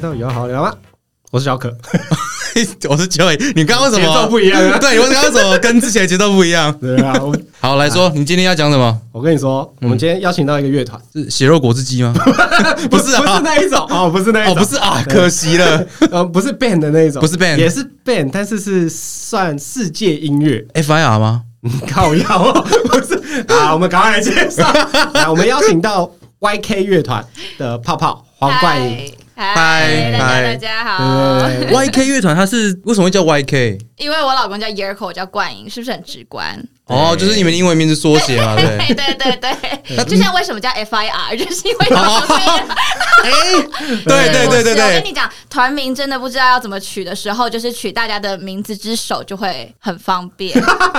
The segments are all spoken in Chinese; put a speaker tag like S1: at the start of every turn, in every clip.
S1: 到有好聊吗？我是小可，
S2: 我是 Joy，你刚刚为什
S1: 节奏
S2: 么？
S1: 不一样啊。
S2: 对，我刚刚怎么跟之前的节奏不一样？
S1: 对啊，我
S2: 好，来说，你今天要讲什么？
S1: 我跟你说，我们今天邀请到一个乐团，
S2: 是血肉果汁 机吗？不是
S1: 不是
S2: 啊，
S1: 那一种哦，不是那一
S2: 哦，
S1: 种，
S2: 不是啊，可惜 了。
S1: 呃，不是 band 的那一种，
S2: 不是 band
S1: 也是 band，但是是算世界音乐。
S2: FIR 吗？
S1: 靠腰 哦，不是啊，我们赶快来介 绍。来，我们邀请到 YK 乐团的泡泡黄冠颖，
S2: 嗨
S3: 嗨，大家
S2: 嗨哦
S1: 对
S3: 大家好。
S1: 对对对
S2: YK 乐团，它是为什么会叫 YK？
S3: 因为我老公叫 Yerko，我叫冠英，是不是很直观？
S2: 哦，就是你们英文名是缩写嘛，对。
S3: 对对对对，就像为什么叫 FIR，就是因为有
S2: 哦哎， 对对对对
S3: 我跟
S2: 对，
S3: 你讲，团名真的不知道要怎么取的时候，就是取大家的名字之首就会很方 便。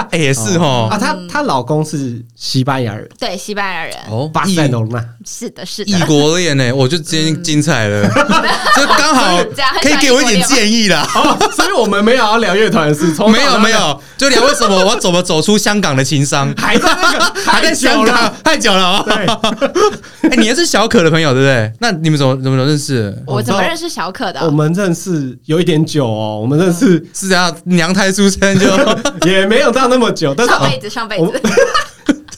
S2: 哎也
S1: 啊，
S2: 是哦。
S1: 她她老公是西班牙人，
S3: 对，西班牙人，
S2: 哦
S1: 巴
S2: 异
S1: 塞罗那，
S3: 是的，是
S2: 异
S3: 的。
S2: 国恋呢，我就今天精彩 了，这刚好
S3: 这样很
S2: 可以
S3: 喜欢
S2: 给我一
S3: 异
S2: 点
S3: 国恋吗
S2: 建议啦。
S1: 哦所以我们没有要聊乐团的事，从
S2: 没有没，有，就聊为什么我要怎么走出香港的情商，
S1: 还在那个
S2: 还在香
S1: 太久了
S2: 港太久了哦。
S1: 对，
S2: 哎，你也是小可的朋友对不对？那你们怎么怎么认识的？
S3: 我怎么认识小可的
S1: 哦我？们认识有一点久哦，我们认识
S2: 是这样，娘胎出生 就
S1: 也没有到那么久，但是
S3: 嗯 上辈子，上辈
S1: 我
S3: 子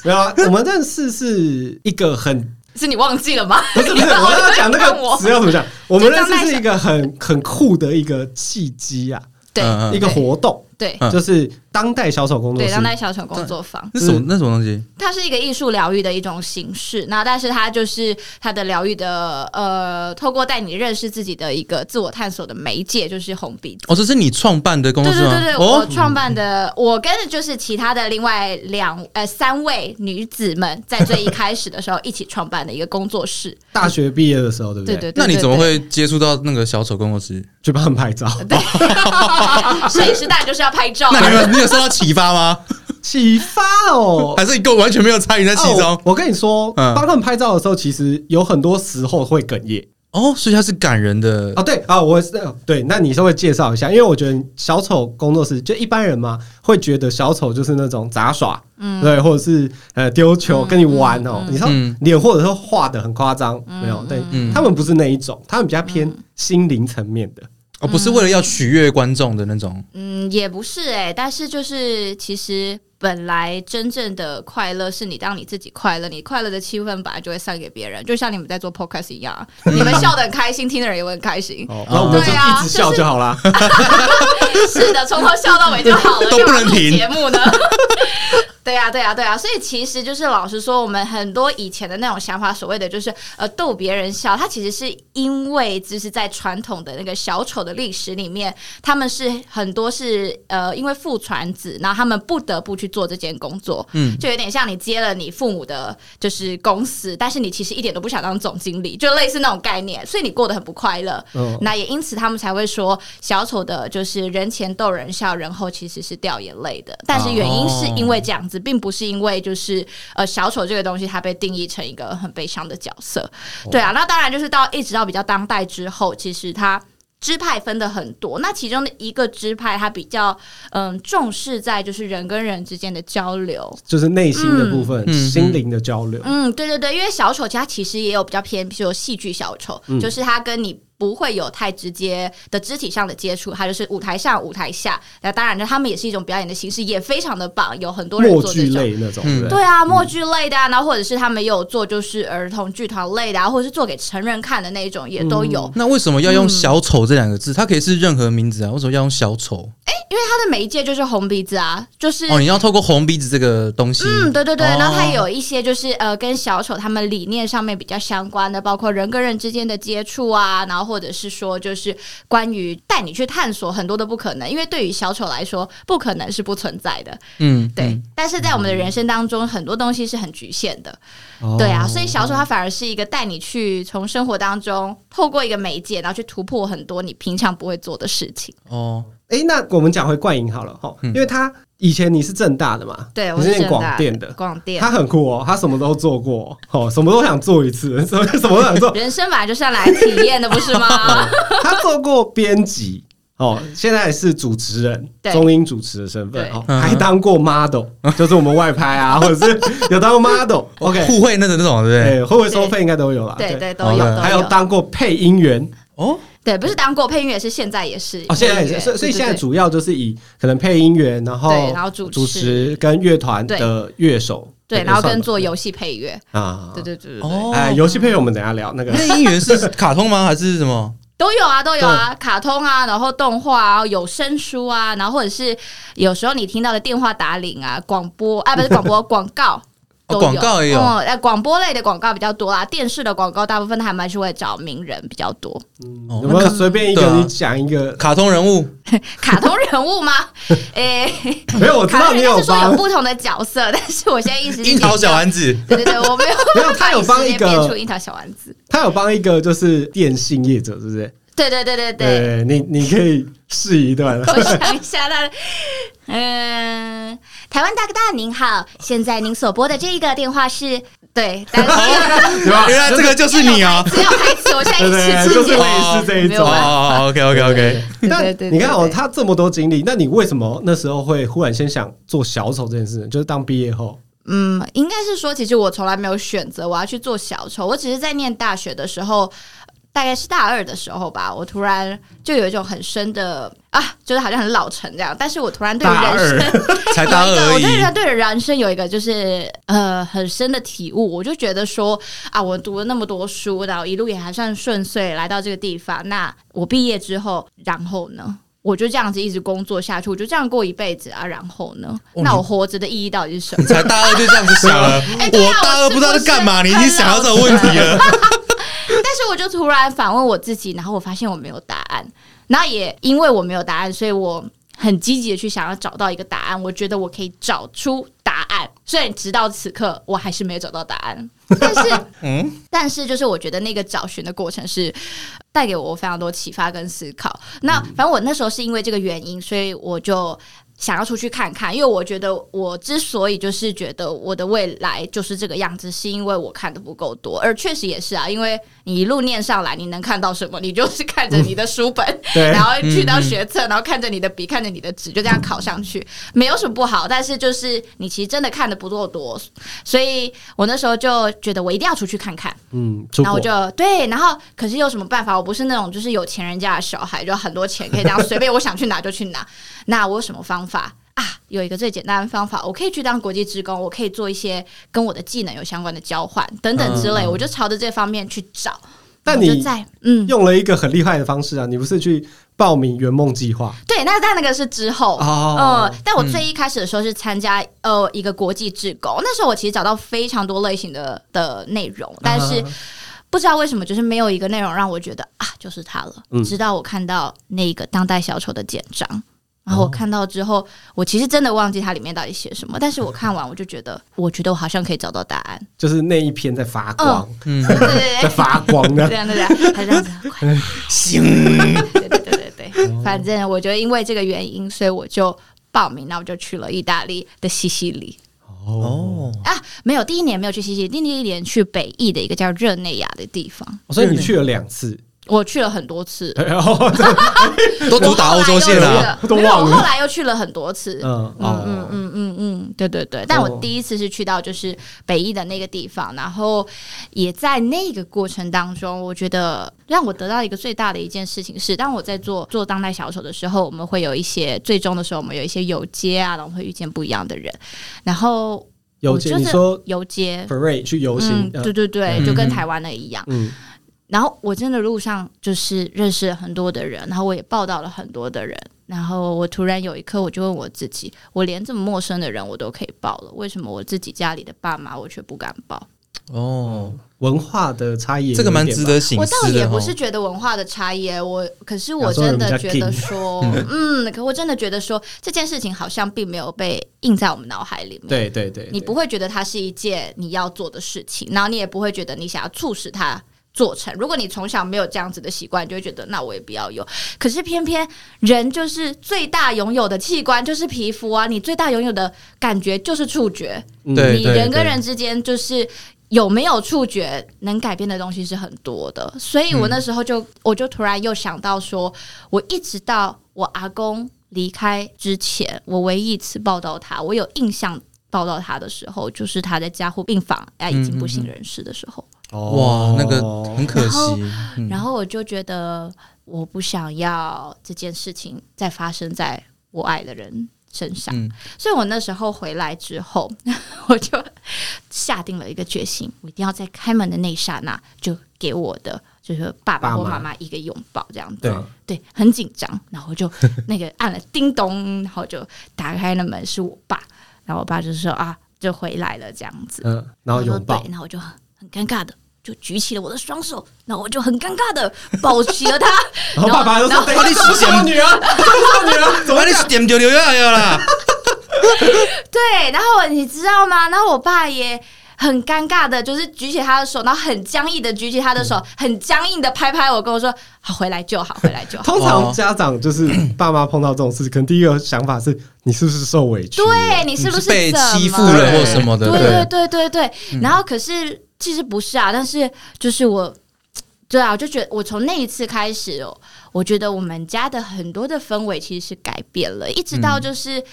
S1: 没有啊，我们认识是一个很
S3: 是你忘记了吗？
S1: 不 是不是，我要讲那
S3: 看
S1: 个
S3: 我
S1: 词要怎么讲？我们
S3: 就
S1: 认
S3: 张
S1: 识
S3: 大
S1: 是一个很很酷的一个契机啊，
S3: 对
S2: 嗯嗯
S1: 一个活动，
S3: 对
S2: 嗯
S1: 就是当代销售工作
S3: 对，
S1: 室
S3: 当代小丑工作坊。
S2: 那什么那什么东西？
S3: 它是一个艺术疗愈的一种形式，那但是它就是它的疗愈的呃，透过带你认识自己的一个自我探索的媒介，就是红鼻子。
S2: 哦，这是你创办的公
S3: 对
S2: 司
S3: 对
S2: 吗？
S3: 对对，我
S2: 哦，
S3: 创办的，我跟着就是其他的另外两呃三位女子们，在最一开始的时候一起创办的一个工 作室。
S1: 大学毕业的时候，对不
S3: 对
S1: 对？
S3: 对对，
S2: 那你
S3: 对
S2: 怎么？
S3: 对
S2: 会接触到那个小丑工作室？
S1: 去帮他们拍照，
S3: 嗯摄影师当然就是要拍照啊
S2: 那你有你有受到启发吗？
S1: 启发哦。
S2: 还是你根本完全没有参与在其中
S1: 哦？我跟你说，
S2: 嗯
S1: 帮他们拍照的时候，其实有很多时候会哽咽。
S2: 哦，所以它是感人的
S1: 哦，对啊、我是对，那你稍微介绍一下，因为我觉得小丑工作室就一般人嘛，会觉得小丑就是那种杂耍，嗯，对，或者是呃丢球
S3: 嗯
S1: 跟你玩哦，你知道
S2: 嗯
S1: 脸或者是画的很夸张，没有，对、
S2: 嗯
S1: 他们不是那一种，他们比较偏
S3: 嗯
S1: 心灵层面的，
S2: 哦，不是为了要取悦观众的那种。
S3: 嗯，也不是哎、但是就是其实本来真正的快乐是你当你自己快乐，你快乐的气氛本来就会散给别人，就像你们在做 podcast 一样啊，你们笑得很开心，听的人也会很开心。
S1: 哦，然后我们就
S3: 对啊
S1: 一直笑就好啦。
S3: 是的，从头笑到尾就好了，
S2: 都不能
S3: 干嘛录
S2: 停
S3: 节目呢。 对呀、对呀、对呀、所以其实就是老实说，我们很多以前的那种想法，所谓的就是呃逗别人笑，它其实是因为就是在传统的那个小丑的历史里面，他们是很多是呃因为父传子，然后他们不得不去做这件工作，
S2: 嗯
S3: 嗯，就有点像你接了你父母的就是公司，但是你其实一点都不想当总经理，就类似那种概念，所以你过得很不快乐，
S1: 嗯，
S3: 那也因此他们才会说小丑的就是人前逗人笑，人后其实是掉眼泪的。但是原因是因为这样子，并不是因为就是呃小丑这个东西它被定义成一个很悲伤的角色。对啊，那当然就是到一直到比较当代之后，其实它。支派分的很多，那其中的一个支派，它比较嗯重视在就是人跟人之间的交流，
S1: 就是内心的部分，
S2: 嗯
S1: 心灵的交流，
S3: 嗯，对对对，因为小丑其实它其实也有比较偏，比如说戏剧小丑，
S1: 嗯
S3: 就是它跟你不会有太直接的肢体上的接触，它就是舞台上、舞台下。那当然呢，他们也是一种表演的形式，也非常的棒，有很多人
S1: 默
S3: 做这
S1: 剧
S3: 种。
S1: 类那种，
S2: 嗯
S1: 对不对？
S3: 对啊，默剧类的、啊，然后或者是他们也有做，就是儿童剧团类的、啊，或者是做给成人看的那一种，也都有。
S1: 嗯
S2: 那为什么要用“小丑”这两个字？它可以是任何名字啊，为什么要用“小丑
S3: 它的媒介就是红鼻子啊，就是”？
S2: 哦，你要透过红鼻子这个东西。
S3: 嗯，对对对，
S2: 哦
S3: 然后它也有一些就是呃，跟小丑他们理念上面比较相关的，包括人跟人之间的接触啊，然后或者是说就是关于带你去探索很多的不可能，因为对于小丑来说，不可能是不存在的，
S2: 嗯，
S3: 对。
S2: 嗯
S3: 但是在我们的人生当中，很多东西是很局限的，
S1: 哦
S3: 对啊，所以小丑它反而是一个带你去从生活当中透过一个媒介，然后去突破很多你平常不会做的事情。
S2: 哦，
S1: 哎、那我们讲回冠莹好了哈，
S2: 嗯
S1: 因为他以前你是正大的嘛，
S3: 对，我
S1: 你是念
S3: 正
S1: 广
S3: 大
S1: 电的，
S3: 广电
S1: 他。很酷哦，他什么都做过哦，哦什么都想做一次， 什么什么都想做。
S3: 人生本来就是要来体验的，不是吗？
S1: 他做过编辑哦，现在是主持人，
S3: 对
S1: 中英主持的身份
S3: 对
S1: 哦，
S2: 嗯
S1: 还当过 model，就是 我们外拍啊， 或者是有当过 model。OK，
S2: 互哦惠那种那种，对不对？
S1: 对，会不会收费应该都有啦？
S3: 对对，都
S2: 好
S3: 有，
S2: 的
S3: 都
S1: 还有当过配音员，
S2: 哦，
S3: 对，不是当过配音员，是现在也是
S1: 哦，现在也
S3: 配音
S1: 是，
S3: 员
S1: 所以所以
S3: 对对
S1: 现在
S3: 对
S1: 主要就是以可能配音员，然后
S3: 对然后主持
S1: 持跟乐团的乐手，
S3: 对，
S1: 也
S3: 然后
S1: 算
S3: 跟
S1: 吧
S3: 做游戏配乐，
S1: 啊，
S3: 对对对对对，
S2: 哦，
S1: 哎，游戏配乐我们等一下聊 那个
S2: 配音员是卡通吗？还是什么？
S3: 都有啊，都有啊，卡通啊，然后动画啊，有声书啊，然后或者是有时候你听到的电话打铃啊，广播啊，不是广 播广告。
S2: 哦
S3: 都有
S2: 广告也有
S3: 嗯呃，广播类的广告比较多啦，电视的广告大部分还蛮是会找名人比较多。
S2: 哦
S1: 有没有随便一
S2: 对
S1: 个
S2: 啊
S1: 你讲一个？
S2: 卡通人物
S3: 卡通人 物吗？诶、
S1: 没有，我知
S3: 卡
S1: 道
S3: 通
S1: 你
S3: 人物
S1: 有
S3: 是说有
S1: 帮，
S3: 不同的角色，但是我现在一时之间
S2: 樱桃小丸 子，
S3: 对对对，我没有
S1: 没有，他有帮一
S3: 办法一时间变出
S1: 个，
S3: 樱桃小丸子。
S1: 他有帮一个就是电信业者，是不是？
S3: 对对对对对，
S1: 对，你你可以试一段。
S3: 我想一下他的，嗯，台湾大哥大您好，现在您所拨的这一个电话是，对，但是
S1: 对吧
S2: 原来这个就是你啊！
S3: 只有台词，我现在
S1: 对
S3: 一
S1: 对，
S3: 时
S1: 就
S3: 之
S1: 是
S3: 间
S1: 类似这一
S3: 没
S1: 种
S3: 有。办法
S2: 哦，OK OK OK，
S3: 对对对
S1: 但你看
S3: 对
S1: 哦，
S3: 对
S1: 他这么多经历，那你为什么那时候会忽然先想做小丑这件事？就是当毕业后，
S3: 嗯，应该是说，其实我从来没有选择我要去做小丑，我只是在念大学的时候，大概是大二的时候吧，我突然就有一种很深的啊，就是好像很老成这样，但是我突然对于
S1: 大
S3: 人生
S1: 二
S2: 才大二而
S3: 我
S2: 已
S3: 对，人对人生有一个就是呃很深的体悟，我就觉得说啊，我读了那么多书，然后一路也还算顺遂来到这个地方。那我毕业之后，然后呢？我就这样子一直工作下去，我就这样过一辈子啊。然后呢？
S2: 哦
S3: 那
S2: 你
S3: 我活着的意义到底是什么
S2: 你？才大二就这样子想了，
S3: 哎对啊
S2: 我大二不知道在干嘛，
S3: 我
S2: 你
S3: 是
S2: 已
S3: 不是
S2: 经想到这个问题了。
S3: 但是我就突然反问我自己，然后我发现我没有答案，然后也因为我没有答案，所以我很积极的去想要找到一个答案。我觉得我可以找出答案，虽然直到此刻我还是没有找到答案，但是，
S2: 嗯
S3: 但是就是我觉得那个找寻的过程是带给我非常多启发跟思考。那反正我那时候是因为这个原因，所以我就。想要出去看看，因为我觉得我之所以就是觉得我的未来就是这个样子，是因为我看的不够多，而确实也是啊，因为你一路念上来，你能看到什么？你就是看着你的书本，
S1: 对
S3: 然，后去到学测，然后看着你的笔，看着你的纸，就这样考上去，没有什么不好。但是就是你其实真的看的不够多，所以我那时候就觉得我一定要出去看看。
S1: 嗯，出
S3: 然后
S1: 国
S3: 我就对，然后可是有什么办法？我不是那种就是有钱人家的小孩，就很多钱可以这样随便我想去哪就去哪。 那我有什么方法啊？有一个最简单的方法，我可以去当国际职工，我可以做一些跟我的技能有相关的交换等等之类，我就朝着这方面去找。
S1: 但
S3: 我就
S1: 你
S3: 在嗯，
S1: 用了一个很厉害的方式啊，你不是去报名圆梦计划？
S3: 对，那但那个是之后，
S1: 哦
S3: 嗯，但我最一开始的时候是参加、呃一个国际志工，那时候我其实找到非常多类型的的内容，但是
S1: 啊
S3: 不知道为什么就是没有一个内容让我觉得啊就是它了，
S1: 嗯哦
S3: 直到我看到那个当代小丑的简章。然后我看到之后，我其实真的忘记它里面到底写什么，但是我看完我就觉得，我觉得我好像可以找到答 案。
S1: 就是那一篇在发光，
S2: 嗯，
S3: 对对哦对
S1: 在发光
S3: 对，
S1: 的
S3: 这。样对这样， 他这样子，快
S2: 行， 哦
S3: 对对对对对，反正我就因为这个原因，所以我就报名，那我就去了意大利的西西里
S1: 哦，
S2: 哦，
S3: 啊。没有，第一年没有去西西里，第一年去北意的一个叫热内亚的地方，
S1: 所以你去了两次，哦
S3: 我去了很多次。
S1: 然后
S2: 哎都主打欧洲线啦。
S3: 啊
S1: 我都
S3: 没有，我
S1: 忘了
S3: 后来又去了很多次。
S1: 嗯
S3: 嗯嗯
S1: 哦，
S3: 嗯嗯嗯，对对对，但我第一次是去到就是北艺的那个地方，然后也在那个过程当中，我觉得让我得到一个最大的一件事情是，当我在做做当代小丑的时候，我们会有一些最终的时候，我们有一些游街啊，然后会遇见不一样的人，然后
S1: 游
S3: 我
S1: 街，
S3: 嗯就是
S1: 你说
S3: 游街。
S1: parade 去游
S3: 嗯
S1: 行，，呃
S3: 对对对，
S2: 嗯
S3: 就跟台湾的一样。
S1: 嗯，
S3: 然后我真的路上就是认识了很多的人，然后我也报道了很多的人。然后我突然有一刻，我就问我自己：我连这么陌生的人我都可以报了，为什么我自己家里的爸妈我却不敢报？
S2: 哦，
S1: 文化的差异，
S2: 这个蛮值。得醒
S3: 我倒
S2: 思
S3: 也
S2: 的哦哈
S3: 不。是觉得文化的差异、我可是我
S1: 亚洲人
S3: 真
S1: 比较
S3: 的觉得
S1: king
S3: 说，嗯， 可我真的觉得说这件事情好像并没有被印在我们脑海里面。
S1: 对对对，对
S3: 你不会觉得它是一件你要做的事情，然后你也不会觉得你想要促使它做成。如果你从小没有这样子的习惯，你就会觉得那我也不要有。可是偏偏人就是最大拥有的器官就是皮肤啊，你最大拥有的感觉就是触觉，
S1: 嗯
S2: 对
S3: 你人跟人之间就是。有没有触觉能改变的东西是很多的，所以我那时候就、
S2: 嗯
S3: 我就突然又想到说，我一直到我阿公离开之前，我唯一一次报道他，我有印象报道他的时候，就是他在加护病房哎已经不
S2: 嗯
S3: 省人事的时候，
S1: 哦
S2: 哇，那个很可惜。嗯
S3: 然后我就觉得我不想要这件事情再发生在我爱的人身上。
S2: 嗯
S3: 所以我那时候回来之后， 我就下定了一个决心，我一定要在开门的那一刹那就给我的就是爸爸
S1: 爸
S3: 或
S1: 妈
S3: 妈妈一个拥抱，这样子。
S2: 对
S3: 对，很紧张，然后就那个按了叮咚，然后就打开了门，是我爸，然后我爸就说啊，就回来了这样子，
S1: 嗯，然后
S3: 我说
S1: 拥抱
S3: 对，，然后我就很很尴尬的。就举起了我的双手，然后我就很尴尬的抱起了他。
S1: 然后爸爸就
S3: 然
S1: 说：“
S3: 后
S1: 等一下，
S2: 然
S1: 你
S2: 后
S1: 是我女儿，这是我女 儿，怎
S2: 怎
S1: 么
S2: 么啊你是点丢流呀呀啦？
S3: 对，然后你知道吗？然后我爸也很尴尬的，就是举起他的手，然后很僵硬的举起他的手，很僵硬的拍拍我，跟我说：“好，回来就好，回来
S2: 哦
S3: 就好。”
S1: 通常家长就是爸妈碰到这种事，可能第一个想法是你是不是受委屈？啊
S3: 对你是
S2: 你
S3: 不
S2: 是被
S3: 怎么
S2: 欺负了或什么的？
S3: 对对对对对。然后可是其实不是啊，但是就是我，对啊，我就觉得我从那一次开始哦，我觉得我们家的很多的氛围其实是改变了，一直到就是。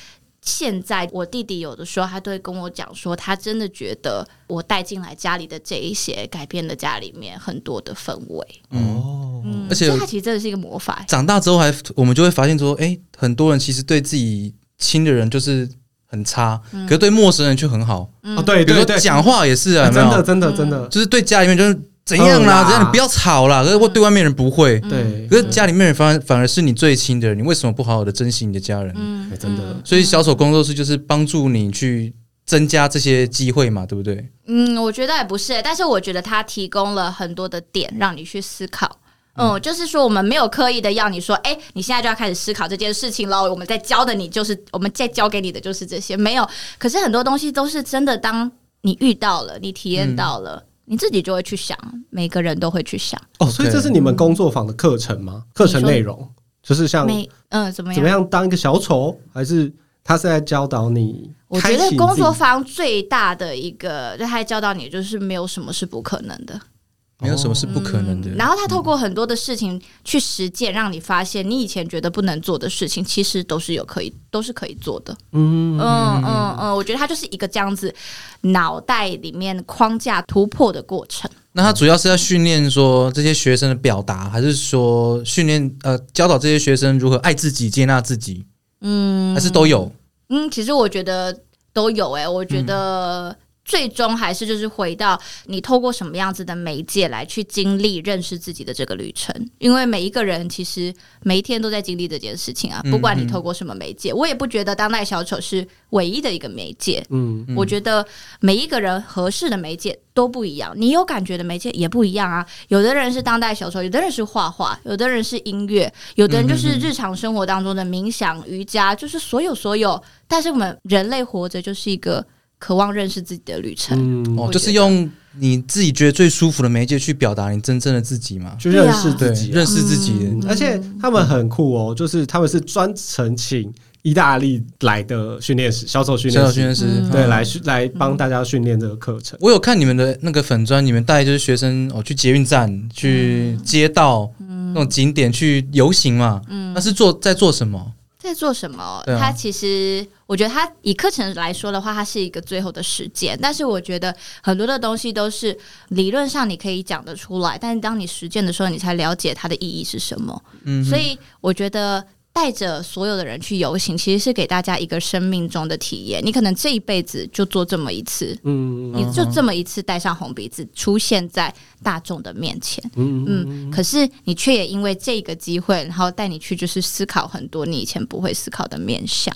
S3: 现在我弟弟有的时候他都会跟我讲说，他真的觉得我带进来家里的这一些改变了家里面很多的氛围，
S2: 嗯，
S1: 哦，
S3: 嗯，
S2: 而且
S3: 所以他其实真的是一个魔法，欸
S2: 长大之后还我们就会发现说，哎、很多人其实对自己亲的人就是很差，可是对陌生人却很好。
S1: 哦对
S2: 比
S1: 对
S2: 如说
S1: 对，
S2: 讲话也是啊，
S1: 哎真
S2: 有没
S1: 的
S2: 有？
S1: 真的真的，
S2: 就是对家里面就是怎样啦，
S1: 嗯啦
S2: 怎样你不要吵啦。可是我对外面人不会，
S3: 嗯
S1: 对，
S2: 可是家里面人反反而是你最亲的人，你为什么不好好的珍惜你的家人？
S3: 嗯
S1: 哎真的
S2: 所以小丑工作室就是帮助你去增加这些机会嘛，对不对？
S3: 嗯，我觉得也不是，但是我觉得他提供了很多的点让你去思考。嗯，就是说我们没有刻意的要你说，哎、你现在就要开始思考这件事情喽。我们在教的你就是，我们再教给你的就是这些，没有。可是很多东西都是真的，当你遇到了，你
S1: 嗯
S3: 体验到了，你自己就会去想，每个人都会去想。
S1: 哦，所以这是你们工作坊的课程吗？课程内容就是像
S3: 每嗯，怎么
S1: 怎
S3: 样？
S1: 么样当一个小丑，还是他是在教导你？
S3: 我觉得工作坊最大的一个，就他教导你，就是没有什么是不可能的。
S2: 没有什么是不可能的。
S3: 然后他透过很多的事情去实践，让你发现你以前觉得不能做的事情，其实都是有可以，都是可以做的。
S1: 嗯
S3: 嗯嗯嗯，我觉得他就是一个这样子脑袋里面框架突破的过程。
S2: 那他主要是在训练说这些学生的表达，还是说训练呃教导这些学生如何爱自己、接纳自己？嗯，还是都有。
S3: 嗯，其实我觉得都有诶、我觉得最终还是就是回到你透过什么样子的媒介来去经历、认识自己的这个旅程，因为每一个人其实每一天都在经历这件事情啊，不管你透过什么媒介，我也不觉得当代小丑是唯一的一个媒介。
S1: 嗯，
S3: 我觉得每一个人合适的媒介都不一样，你有感觉的媒介也不一样啊。有的人是当代小丑，有的人是画画，有的人是音乐，有的人就是日常生活当中的冥想、瑜伽，就是所有所有。但是我们人类活着就是一个渴望认识自己的旅程。
S1: 嗯，
S2: 哦，
S3: 我觉得
S2: 就是用你自己觉得最舒服的媒介去表达你真正的自己嘛。
S1: 去认识自
S2: 对，
S1: 己啊，
S2: 认识自己。
S1: 嗯而且他们很酷哦，就是他们是专程请意大利来的训练师、销售训
S2: 小
S1: 练
S2: 小训
S1: 师，
S2: 练师，
S3: 嗯
S1: 对，
S2: 嗯
S1: 来训来帮大家训练这个课程。
S2: 我有看你们的那个粉砖，你们带就是学生哦去捷运站、去街道、
S1: 嗯
S2: 那种景点去游行嘛。那是做在做什么？
S3: 在做什么？
S2: 对啊
S3: 它其实，我觉得它以课程来说的话，它是一个最后的实践。但是我觉得很多的东西都是理论上你可以讲得出来，但是当你实践的时候，你才了解它的意义是什么。
S2: 嗯哼，
S3: 所以我觉得带着所有的人去游行，其实是给大家一个生命中的体验。你可能这一辈子就做这么一次，
S1: 嗯
S3: 你就这么一次戴上红鼻子出现在大众的面前，
S1: 嗯嗯，
S3: 嗯，可是你却也因为这个机会，然后带你去就是思考很多你以前不会思考的面向。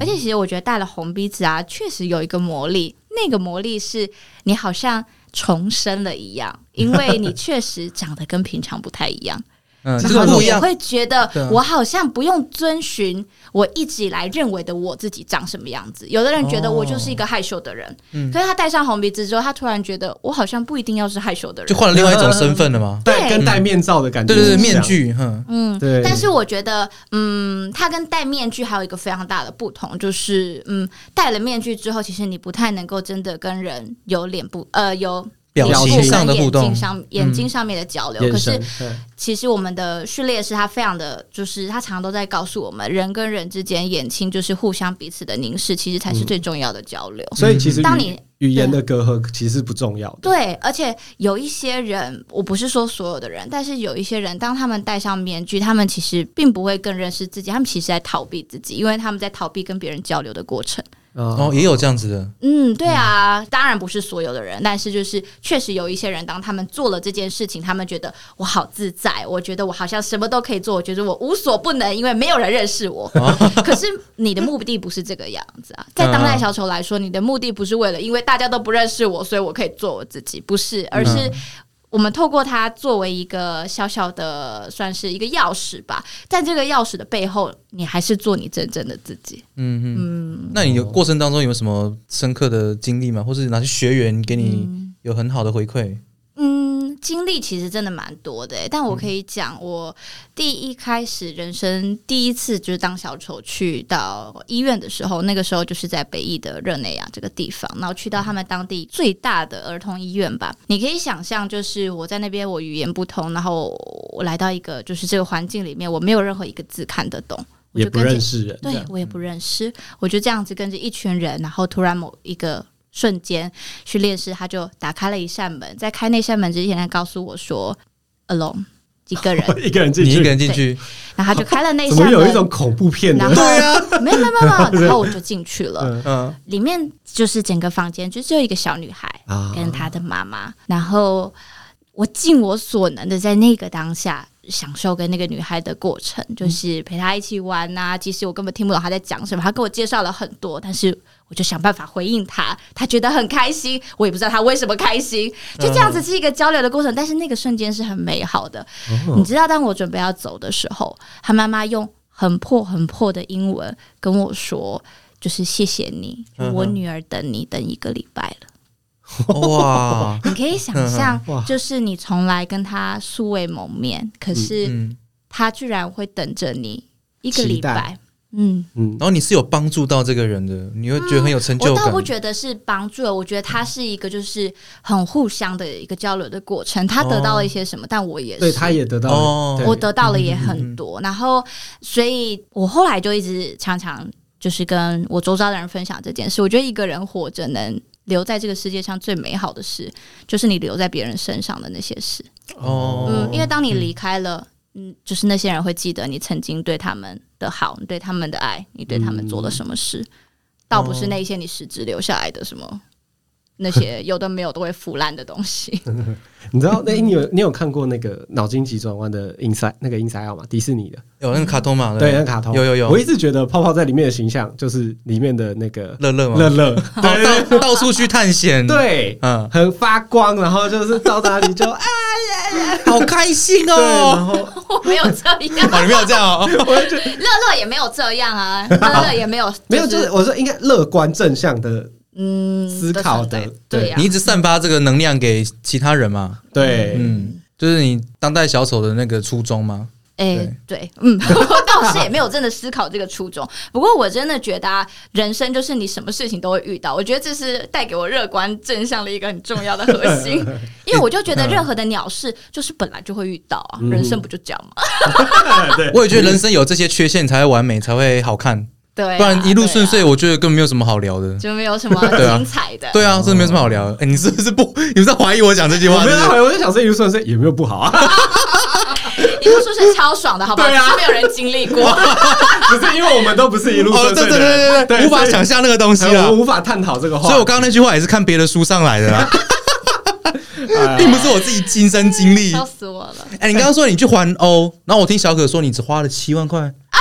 S3: 而且其实我觉得戴了红鼻子啊，确实有一个魔力，那个魔力是你好像重生了一样，因为你确实长得跟平常不太一样。
S2: 嗯，就
S1: 这
S2: 是
S1: 个
S3: 然后
S2: 不
S3: 我
S2: 一
S3: 也
S2: 样。
S3: 会
S2: 对
S3: 觉得
S2: 啊
S3: 我好像不用遵循我一直以来认为的我自己长什么样子。有的人觉得我就是一个害羞的人，可是他戴上红鼻子之后，他突然觉得我好像不一定要是害羞的
S2: 就
S3: 人。
S2: 换了另外一种身份了吗？
S1: 戴
S3: 对
S1: 跟戴面罩的感觉
S2: 对
S1: 很
S2: 对对，
S1: 像，
S2: 面具，哼，
S3: 嗯，
S1: 对
S3: 但是我觉得，嗯，它跟戴面具还有一个非常大的不同，就是，嗯，戴了面具之后，其实你不太能够真的跟人有脸部呃有
S2: 表
S1: 表
S2: 情
S1: 情
S2: 上的
S3: 跟
S2: 互
S3: 眼
S2: 动嗯
S3: 睛，上眼睛上面的交流。
S1: 眼
S3: 可是
S1: 神，
S3: 嗯
S1: 对
S3: 其实我们的训练师他非常的，就是他常常都在告诉我们，人跟人之间眼睛就是互相彼此的凝视，其实才
S2: 嗯
S3: 是最重要的交流。
S1: 所以其实
S3: 当
S1: 语
S3: 你
S1: 语言的隔阂其实是不重要的。
S3: 对，而且有一些人，我不是说所有的人，但是有一些人，当他们戴上面具，他们其实并不会更认识自己，他们其实在逃避自己，因为他们在逃避跟别人交流的过程。
S2: 哦，
S1: 哦，
S2: 也有这样子的，
S3: 嗯，对啊，当然不是所有的人，但是就是确实有一些人，当他们做了这件事情，他们觉得我好自在，我觉得我好像什么都可以做，我觉得我无所不能，因为没有人认识我。可是你的目的不是这个样子啊，在当代小丑来说，你的目的不是为了因为大家都不认识我，所以我可以做我自己，不是，而是。我们透过它作为一个小小的，算是一个钥匙吧，但这个钥匙的背后，你还是做你真正的自己。嗯
S2: 那你有过程当中有没有什么深刻的经历吗？或是哪些学员给你有很好的回馈？
S3: 嗯，经历其实真的蛮多的欸，但我可以讲，我第一开始人生第一次就是当小丑去到医院的时候，那个时候就是在北艺的热内亚这个地方，然后去到他们当地最大的儿童医院吧。你可以想象，就是我在那边我语言不通，然后我来到一个就是这个环境里面，我没有任何一个字看得懂，我
S1: 也
S3: 就
S1: 不
S3: 跟着
S1: 认识人，
S3: 对我也不认识，我就这样子跟着一群人，然后突然某一个瞬间，训练师他就打开了一扇门，在开那扇门之前，他告诉我说，alone 一个 人，
S1: 一个人进
S2: 你一
S1: 去
S2: 个，人进去，
S3: 然后他就开了那
S1: 怎
S3: 扇
S1: 么
S3: 门，
S1: 有一种恐怖片的
S3: 然？后啊没有没有没有， 没有然后我就进去了，
S1: 嗯
S2: 嗯，
S3: 里面就是整个房间就只有一个小女孩
S1: 啊
S3: 跟她的妈妈，然后我尽我所能的在那个当下。享受跟那个女孩的过程，就是陪她一起玩啊。即使我根本听不懂她在讲什么，她跟我介绍了很多，但是我就想办法回应她。她觉得很开心，我也不知道她为什么开心。就这样子是一个交流的过程，但是那个瞬间是很美好的。你知道，当我准备要走的时候，她妈妈用很破很破的英文跟我说：“就是谢谢你，就我女儿等你等一个礼拜了。
S2: 哇，
S3: 你可以想象
S1: 嗯哇，
S3: 就是你从来跟她素未谋面，可是
S2: 嗯，
S3: 她居然会等着你一个
S1: 期
S3: 礼
S1: 待
S3: 拜。嗯，
S1: 嗯
S2: 然，后你是有帮助到这个人的，你会觉得很有成
S3: 哦我
S2: 就
S3: 倒
S2: 感
S3: 不。觉得是帮助了，我觉得它是一个就是很互相的一个交流的过程。她得到了一些什么，但我也
S1: 哦
S3: 是
S1: 对，他也得到了
S2: 哦
S1: 对
S3: 我得到了也很多。然后，所以我后来就一直常常就是跟我周遭的人分享这件事。我觉得一个人活着能留在这个世界上最美好的事，就是你留在别人身上的那些事。
S2: 哦
S3: 嗯，，因为当你离开了，嗯，就是那些人会记得你曾经对他们的好，你对他们的爱，你对他们做了什么事，
S1: 嗯
S3: 倒不是那一些你实质留下来的 什么。那些有的没有都会腐烂的东西，
S1: 你知道，那你有你有看过那个脑筋急转弯的 Inside 那个 Inside Out 吗？迪士尼的，
S2: 有那个卡通嘛？
S1: 对，
S2: 不
S1: 那个卡通
S2: 有有
S1: 我
S2: 有，
S1: 一直觉得泡泡在里面的形象就是里面的那个
S2: 乐乐嘛，
S1: 乐乐，对
S2: 到到到处去探 险，，
S1: 对，
S2: 嗯，
S1: 很发光，然后就是到哪 里就啊，
S2: 好开心
S1: 对，然
S2: 哦。
S1: 后
S3: 我没有这样，
S2: 哦，你没有这样哦，
S3: 乐乐也没有这 样啊，乐乐也没有，
S1: 没有，就是我说应该乐观正向的
S3: 嗯
S1: 思考的
S3: 都存在 对啊呀
S2: 你一，直散发这个能量给其他人嘛，
S1: 对，
S2: 嗯，就是你当代小丑的那个初衷嘛，
S3: 哎，对，嗯， 我倒是也没有真的思考这个初衷。不过我真的觉得啊，人生就是你什么事情都会遇到，我觉得这是带给我乐观正向的一个很重要的核 心，因为我就觉得任何的鸟事就是本来就会遇到啊，
S1: 嗯
S3: 人生不就这样吗？
S1: 对，
S2: 我也觉得人生有这些缺陷才会完美，才会好看，
S3: 对啊，
S2: 不然一路顺遂，
S3: 对啊
S2: 我觉得根本没有什么好聊的。
S3: 就没有什么
S2: 对啊
S3: 精彩的。
S2: 对啊，真的没有什么好
S3: 嗯
S2: 聊的。哎，你是不是不？你是在怀疑我讲这句
S1: 我
S2: 话？
S1: 没
S2: 是
S1: 有
S2: 不是，
S1: 我就想说一路顺遂也没有不好啊，
S3: 一路说是超爽的，好不好？
S1: 对啊
S3: 只是没有人经历过。
S1: 只是因为我们 都不是一路
S2: 哦，
S1: 顺
S2: 对
S1: 遂的
S2: 对
S1: 人，
S2: 对对对，
S1: 对
S2: 无法想象那个东西
S1: 所以我
S2: 了
S1: 们。无法探讨这个话，
S2: 所以我刚刚那句话也是看别的书上来的啦，啊
S1: 哎
S2: 并不是我自己亲身经历。
S3: 笑死我了！
S2: 哎，你刚刚说你去环欧，然后我听小可说你只花了七万块，
S3: 啊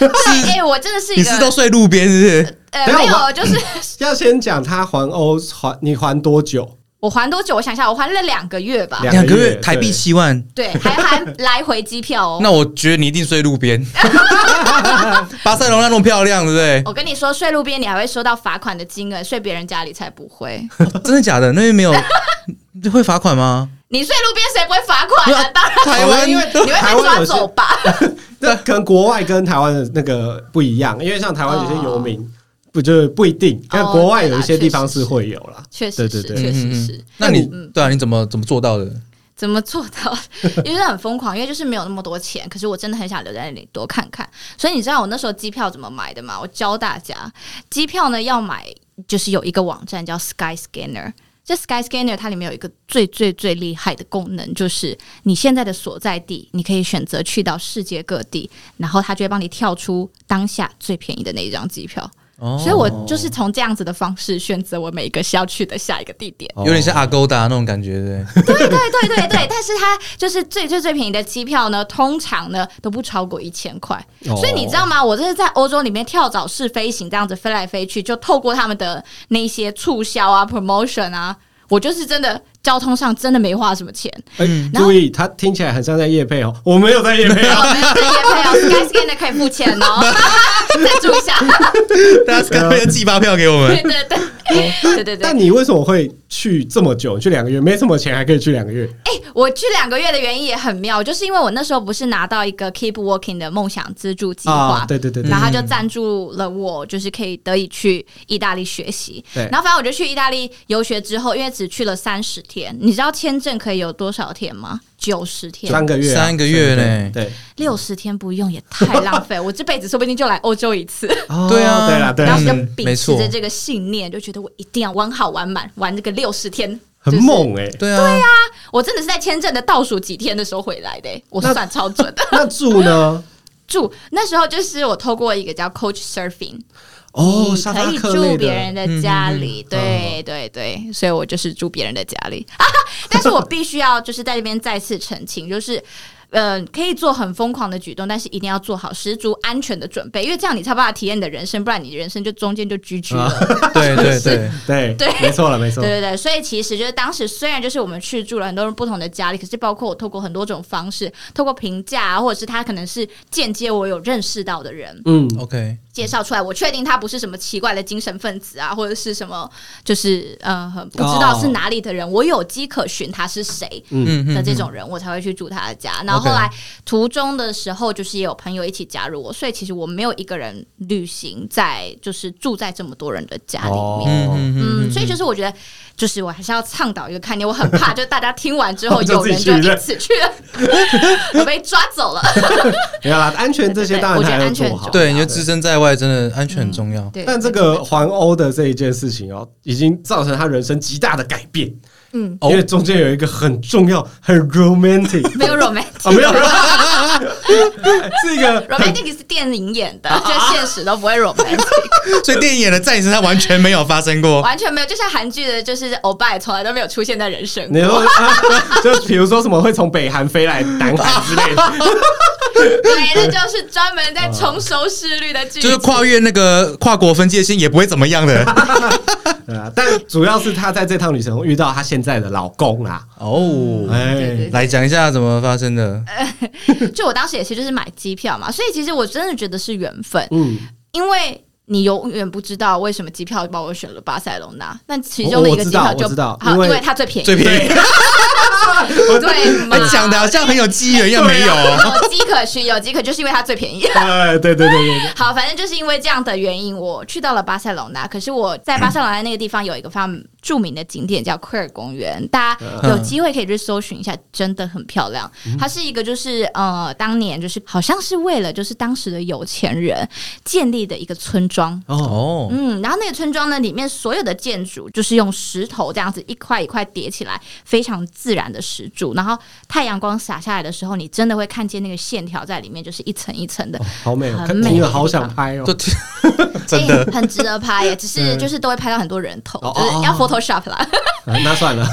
S3: 哎、我真的是
S2: 你
S3: 一
S2: 是都
S3: 个
S2: 睡路边是不是？
S3: 呃，
S1: 等一
S3: 没
S1: 下我
S3: 有，就是
S1: 要先讲他还欧还你还多久？
S3: 我还多久？我想一下，我还了两个月吧。
S1: 两
S2: 两个
S1: 个月
S2: 月台币
S1: 对
S2: 七万，
S3: 对，还还来回机票哦。
S2: 那我觉得你一定睡路 边。巴塞罗那那么漂亮，对不对？
S3: 我跟你说，睡路边你还会收到罚款的金额，睡别人家里才不会。
S2: 真的假的？那边没有会罚款吗？
S3: 你睡路边谁不会罚款啊？当然，
S2: 台湾
S1: 因为
S3: 你会被抓走吧？
S1: 那可能国外跟台湾的那个不一样，因为像台湾有些游民，不就是不一定，但
S3: 嗯哦
S1: 国外有
S3: 对
S1: 一
S3: 啦
S1: 些地方
S3: 确
S1: 是
S3: 实是
S1: 会有啦。
S3: 确实是，
S1: 对对对
S3: 确实是。
S2: 嗯嗯嗯那你对啊，你怎么怎么做到的？
S3: 怎么做到？ 因为很疯狂，因为就是没有那么多钱，可是我真的很想留在那里多看看。所以你知道我那时候机票怎么买的吗？我教大家，机票呢要买，就是有一个网站叫 Sky Scanner。这 Sky Scanner 它里面有一个最最最厉害的功能，就是你现在的所在地，你可以选择去到世界各地，然后它就会帮你跳出当下最便宜的那一张机票。
S2: 哦
S3: 所以我就是从这样子的方式选择我每一个需要去的下一个地点。
S2: 有点像阿勾达那种感觉，对不对。
S3: 对对对对对，但是它就是最最最便宜的机票呢，通常呢都不超过一千块。
S1: 哦
S3: 所以你知道吗？我真的在欧洲里面跳蚤式飞行，这样子飞来飞去，就透过他们的那些促销啊、promotion 啊，我就是真的交通上真的没花什么钱。
S1: 哎、
S2: 嗯
S3: 然后
S1: 注意，它听起来很像在夜配哦、我没有在夜配
S3: 我
S1: 啊。
S3: 们这些朋友 Sky Scan 的可以付钱哦， 再注 一下。
S2: 大家赶快寄发票给我
S3: 对。对对 对对对。
S1: 但你为什么会去这么久？去两个月，没什么钱还可以去两个月？
S3: 哎、我去两个月的原因也很妙，就是因为我那时候不是拿到一个 Keep Working 的梦想资助计划、
S1: 啊对对对对
S3: 然后他就赞助了我，就是可以得以去意大利学习。
S1: 对
S3: 然后反正我就去意大利游学之后，因为只去了三十天，你知道签证可以有多少天吗？九十天，
S1: 三个月啊、
S2: 三个月嘞
S1: 对，
S3: 六十天不用也太浪 费，我这辈子说不定就来欧洲一次。
S1: 哦
S2: 对啊
S1: 对啦，对
S3: 然
S1: 啦
S3: 后，就
S2: 嗯
S3: 秉
S2: 没
S3: 持
S2: 错
S3: 着这个信念，就觉得我一定要玩好玩满，玩这个六十天。
S1: 很
S3: 就是
S1: 猛哎、
S2: 对啊，
S3: 我真的是在签证的倒数几天的时候回来的欸、我算超准的。
S1: 那住呢？
S3: 住那时候就是我透过一个叫 Coach Surfing，
S1: 哦，
S3: 你
S1: 沙
S3: 可
S1: 发
S3: 以
S1: 克
S3: 住
S1: 类
S3: 别
S1: 的嗯
S3: 人的家里，
S1: 哦
S3: 对对对，所以我就是住别人的家里 啊。但是我必须要就是在这边再次澄清，就是。呃，可以做很疯狂的举动，但是一定要做好十足安全的准备，因为这样你才有办法体验你的人生，不然你人生就中间就居居了。
S1: 啊
S2: 对对对，啊
S1: 对
S3: 对
S1: 没错了，没错
S3: 对。对对，所以其实就是当时虽然就是我们去住了很多人不同的家里，可是包括我透过很多种方式，透过评价啊，或者是他可能是间接我有认识到的人，
S1: 嗯，
S2: OK，
S3: 介绍出来，我确定他不是什么奇怪的精神分子啊，或者是什么，就是呃，很不知道是哪里的人，我有迹可循他是谁
S2: 嗯
S3: 的
S2: 嗯
S3: 这种人，我才会去住他的家。然
S2: OK
S3: 后后来途中的时候，就是也有朋友一起加入我，所以其实我没有一个人旅行在，就是住在这么多人的家里面。
S1: 哦
S2: 嗯
S3: 嗯，所以就是我觉得，就是我还是要倡导一个概念，我很怕，就是大家听完之后，
S1: 就
S3: 有
S1: 自己
S3: 人就
S1: 去
S3: 因
S1: 了
S3: 此去了， 我被抓走了。
S1: 没有啦，安全这些当然
S3: 对对对
S1: 还要
S3: 我觉得
S1: 做好。
S3: 安全
S2: 对，你就置身在外，真的安全很重要。
S3: 对，
S1: 但这个环欧的这一件事情哦，已经造成他人生极大的改变，
S3: 嗯，
S2: 哦
S1: 因为中间有一个很重要、很 romantic
S3: 没有 romance。
S1: 啊，没有， 是一个
S3: romantic 是电影演
S1: 啊
S3: 的，就现实都不会 romantic，
S2: 所以电影演的在你身上完全没有发生 过。
S3: 完全没有。就像韩剧的，就是欧巴也从来都没有出现在人生。
S1: 你说，啊就比如说什么会从北韩飞来南韩之类的，
S3: 对，那就是专门在冲收视率的剧。
S2: 就是跨越那个跨国分界线也不会怎么样的
S1: 对啊，但主要是她在这趟旅程遇到她现在的老公啦，
S2: 哦
S3: 嗯对
S1: 哎
S3: 对，
S2: 来讲一下怎么发生的，
S3: 就我当时也是，就是买机票嘛，所以其实我真的觉得是缘分，
S1: 嗯，
S3: 因为。你永远不知道为什么机票帮我选了巴塞隆纳，那其中
S1: 我
S3: 的一
S1: 我
S3: 个
S1: 知
S3: 机
S1: 道
S3: 票就
S1: 我知道
S3: 好，
S1: 因
S3: 因
S1: 为
S3: 为它最便宜，
S2: 最便宜，
S3: 对 嘛？
S2: 讲的好像很有机缘，又没有。
S3: 有机可循，有机可就是因为它最便宜。
S1: 哎，对对对对对，
S3: 好，反正就是因为这样的原因，我去到了巴塞隆纳。可是我在巴塞隆纳那个地方有一个非常著名的景点叫奎尔公园，大家有机会可以去搜寻一下，真的很漂亮。它是一个就是呃，当年就是好像是为了就是当时的有钱人建立的一个村庄。
S2: 哦，
S3: 嗯，然后那个村庄呢，里面所有的建筑就是用石头这样子一块一块叠起来，非常自然的石柱。然后太阳光洒下来的时候，你真的会看见那个线条在里面，就是一层一层的。
S1: 好美哦，
S3: 很
S1: 看
S3: 美
S1: 听了好想拍哦
S2: 这，真的
S3: 欸很值得拍耶，只是
S1: 嗯
S3: 就是都会拍到很多人头，
S1: 哦
S3: 就是
S1: 哦
S3: 要 Photoshop 啦，
S1: 啊那算了，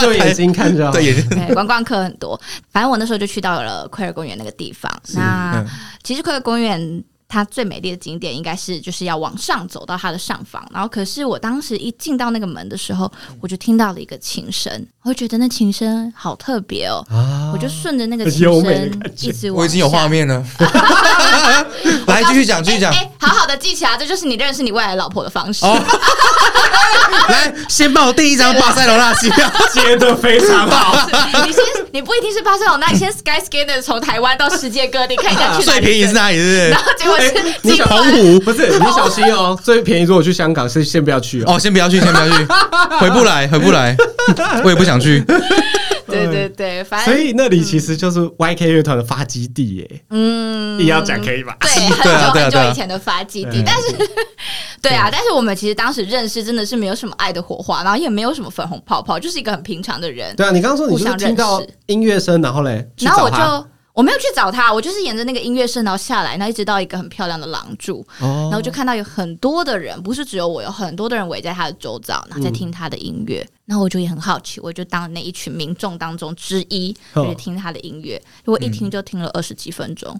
S1: 就眼睛看就好，
S2: 哎对，也是
S3: 对，观光客很多。反正我那时候就去到了奎尔公园那个地方。那
S2: 嗯
S3: 其实奎尔公园。它最美丽的景点应该是就是要往上走到它的上方，然后可是我当时一进到那个门的时候，我就听到了一个琴声，我就觉得那琴声好特别哦，我就顺着那个
S1: 啊很
S3: 琴
S1: 优美的
S3: 声
S1: 感觉
S3: 一直往
S2: 我已经有
S3: 下
S2: 画面了，来
S3: 告
S2: 继
S3: 诉
S2: 续讲继续讲
S3: 哎、哎好好的记起来，这就是你认识你未来老婆的方式。
S2: 哦， 来，先帮我订一张巴塞罗那机票。
S1: 接的非常好。
S3: 你先，你不一定是巴塞罗 那，你先 Skyscanner 从台湾到世界各地，看你在去哪里
S2: 最便宜是哪里？是
S3: 然后结果是
S1: 哎
S2: 不
S3: 金
S2: 是？
S3: 门
S2: 澎 湖？
S1: 不是你小心哦，最便宜如果去香港是先不要去哦。
S2: 哦，先不要去，先不要去，回不来，回不来，我也不想去。
S3: 对对对，反
S1: 嗯所
S3: 正
S1: 以那里其实就是 YK 乐团的发基地耶，
S3: 嗯，
S1: 也要讲可以吧？
S3: 对，
S2: 对啊
S3: 很久
S2: 对啊
S3: 很
S2: 对
S3: 久
S2: 啊
S3: 以前的发基
S1: 对
S3: 地，但是对啊，但是我们其实当时认识真的是没有什么爱的火花，然后也没有什么粉红泡泡，就是一个很平常的人。
S1: 对啊，你刚刚说你就
S3: 互
S1: 是
S3: 相认识
S1: 听到音乐声，然后嘞，去
S3: 然后
S1: 找
S3: 我
S1: 他
S3: 就我没有去找他，我就是沿着那个音乐声然后下来，然后一直到一个很漂亮的廊柱，
S1: 哦
S3: 然后就
S2: 哦
S3: 看到有很多的人，不是只有我，有很多的人围在他的周遭，然
S2: 嗯
S3: 后在听他的音乐。然后我就也很好奇，我就当那一群民众当中之一，
S1: 哦
S3: 就是听他的音乐。我一
S2: 嗯
S3: 听就听了二十几分钟，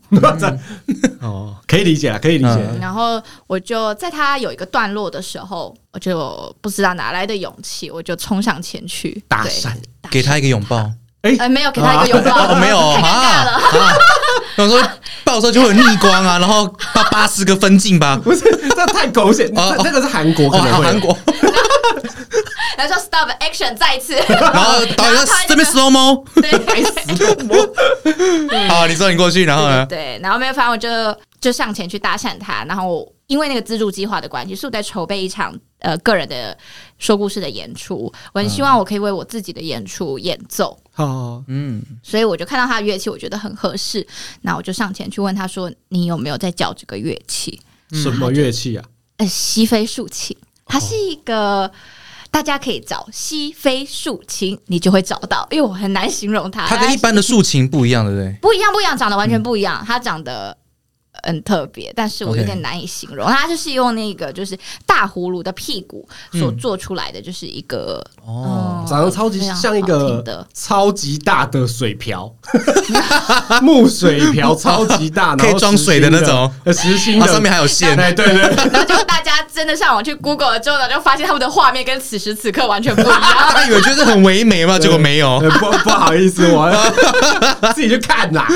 S1: 哦，可以理解了，可以理解
S2: 嗯。
S3: 然后我就在他有一个段落的时候，我就不知道哪来的勇气，我就冲上前去
S1: 搭，
S3: 对
S1: 讪，
S3: 搭
S2: 给他一个拥抱。
S1: 哎
S3: 呃没有给他一个拥抱，
S2: 哦哦，没 有
S3: 太尴尬
S2: 啊
S3: 了。
S2: 啊！我说抱的时候就会有逆光啊，然后八八十个分镜吧。
S1: 不是这太狗血，
S2: 哦
S1: 这这个是韩国
S2: 哦，
S1: 可能
S2: 好
S1: 会
S2: 韩国，
S3: 然后说 stop action 再一次，
S2: 然后导演说这边 slow mo，
S3: 对
S2: 好，你说你过去，然后呢？
S3: 嗯对，然后没有，反正我就就上前去搭讪他，然后我因为那个资助计划的关系，是我在筹备一场呃个人的说故事的演出，我很希望我可以为我自己的演出演奏。
S1: 哦，
S2: 嗯，
S3: 所以我就看到他的乐器，我觉得很合适，那我就上前去问他说：“你有没有在教这个乐器？”
S1: 什么乐器啊？
S3: 呃，西非竖琴，它是一个。大家可以找西非竖琴，你就会找到，因为我很难形容它。
S2: 它
S3: 但
S2: 跟一
S3: 是
S2: 般的竖琴不一样，对不对？
S3: 不一样，不一样，长得完
S1: 嗯
S3: 全不一样。它长得呃很特别，但是我
S2: OK
S3: 有点难以形容。它就是用那个就是大葫芦的屁股所做出来的，就是一个
S2: 哦，
S3: 嗯
S1: 嗯长得超级
S3: 非常
S1: 像一
S3: 好听
S1: 个
S3: 的
S1: 超级大的水瓢， 木水瓢超级 大，
S2: 可以
S1: 然后
S2: 装水的那
S1: 实心
S2: 种，
S1: 呃，实心
S2: 它
S1: 的
S2: 啊上面还有线。
S1: 哎，对 对，对
S3: 然后就大家真的上网去 Google 了之后呢，就发现他们的画面跟此时此刻完全不 一样。
S2: 他以为就是很唯美嘛，结果没有。
S1: 呃不不好意思，我 自己去看啦。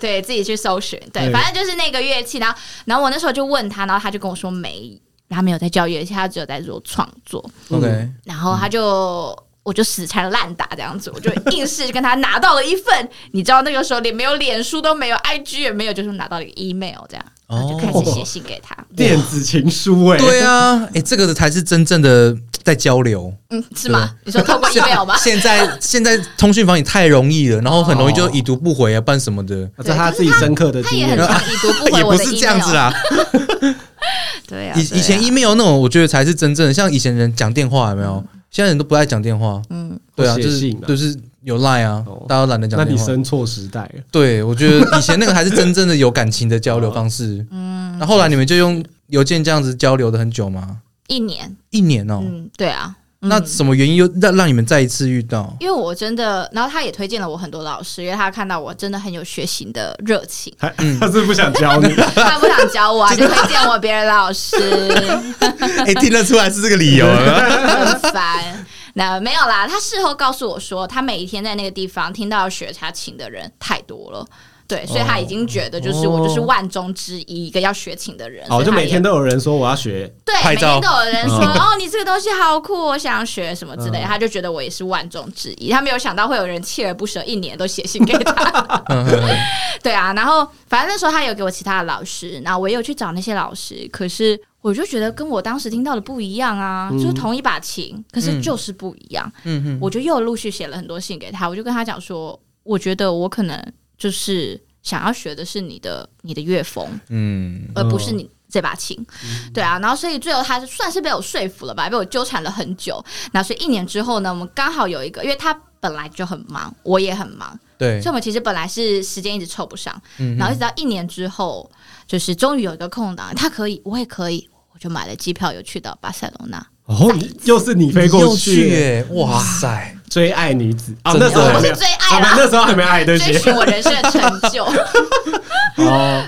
S3: 对自己去搜寻，对，
S1: 对
S3: 反正就是那个乐器。然后，然后我那时候就问他，然后他就跟我说没，他没有在教乐器，他只有在做创作。
S2: OK，
S3: 然后
S2: 嗯
S3: 他就。我就死缠烂打这样子，我就硬是跟他拿到了一份， 你知道那个时候连没有脸书都没有，IG 也没有，就是拿到了一个 email 这样，然
S2: 哦
S3: 后就开始写信给他。
S1: 电子情书哎，
S2: 对啊，哎，这个才是真正的在交流。
S3: 嗯，是吗？你说透过
S2: 啊
S3: email 吗？
S2: 现在现在通讯房也太容易了，然后很容易就已读不回啊，办什么的。啊
S1: 这是他自己深刻的
S3: 他
S1: 经
S3: 也
S1: 验
S3: 很。常已读不回
S2: 也
S3: 我
S2: 不
S3: 的 email。
S2: 是这样子啦，
S3: 对啊，
S2: 以
S3: 对啊
S2: 以前 email 那种，我觉得才是真正的，像以前人讲电话有没有？现在人都不爱讲电话，
S3: 嗯，
S2: 对啊，
S1: 写
S2: 就是
S1: 信啊
S2: 就是有 line 啊
S1: 哦，
S2: 大家都懒得讲
S1: 那你
S2: 电话。
S1: 生错时代了，
S2: 对，我觉得以前那个还是真正的有感情的交流方 式。嗯，那后来你们就用邮件这样子交流的很久吗？
S3: 一年，
S2: 一年哦，
S3: 嗯，对啊。
S2: 那什么原因又让让你们再一次遇到？
S3: 因为我真的，然后他也推荐了我很多老师，因为他看到我真的很有学习的热情，
S1: 他
S2: 嗯
S1: 他 是不想教 你，
S3: 他不想教 我啊，就推荐我别的老师。
S2: 哎，听得出来是这个理由啊。
S3: 很烦。 那没有啦，他事后告诉我说，他每一天在那个地方听到学他琴的人太多了。对，所以他已经觉得就是我就是万中之一一个要学琴的人，所
S1: 哦，
S3: 以
S1: 就
S3: 他
S1: 每
S3: 也
S1: 天都有人说我要学，
S3: 对，
S2: 拍
S3: 每
S2: 照
S3: 天都有人说
S1: 嗯
S3: 哦，你这个东西好酷，我想学什么之类
S1: 嗯
S3: 的，他就觉得我也是万中之一。他没有想到会有人锲而不舍，一年都写信给他。
S2: 嗯嗯嗯
S3: 对啊，然后反正那时候他有给我其他的老师，然后我也有去找那些老师，可是我就觉得跟我当时听到的不一样啊，就是
S1: 嗯
S3: 同一把琴，可是就是不一样。
S2: 嗯嗯
S3: 我就又陆续写了很多信给他，我就跟他讲说，我觉得我可能就是想要学的是你的你的乐风，
S2: 嗯，
S3: 而不是你。这把琴，
S1: 嗯
S3: 对啊，然后所以最后他是算是被我说服了吧，被我纠缠了很久。那所以一年之后呢，我们刚好有一个，因为他本来就很忙，我也很忙，
S1: 哎
S2: 对
S3: 所以，我们其实本来是时间一直凑不上，
S2: 嗯
S3: 然后一直到一年之后，就是终于有一个空档，他可以，我也可以，我就买了机票，有去到巴塞罗那。
S1: 哦，你又是你飞过
S2: 又
S1: 去耶，
S2: 耶，哇塞！
S1: 追爱女子啊，
S2: 真的哦
S1: 那时候还没有
S3: 我是追爱
S1: 啊
S3: 啦
S1: 没有那时候还没爱，对不
S3: 追
S1: 起。
S3: 寻我人生的成就，
S1: 哦，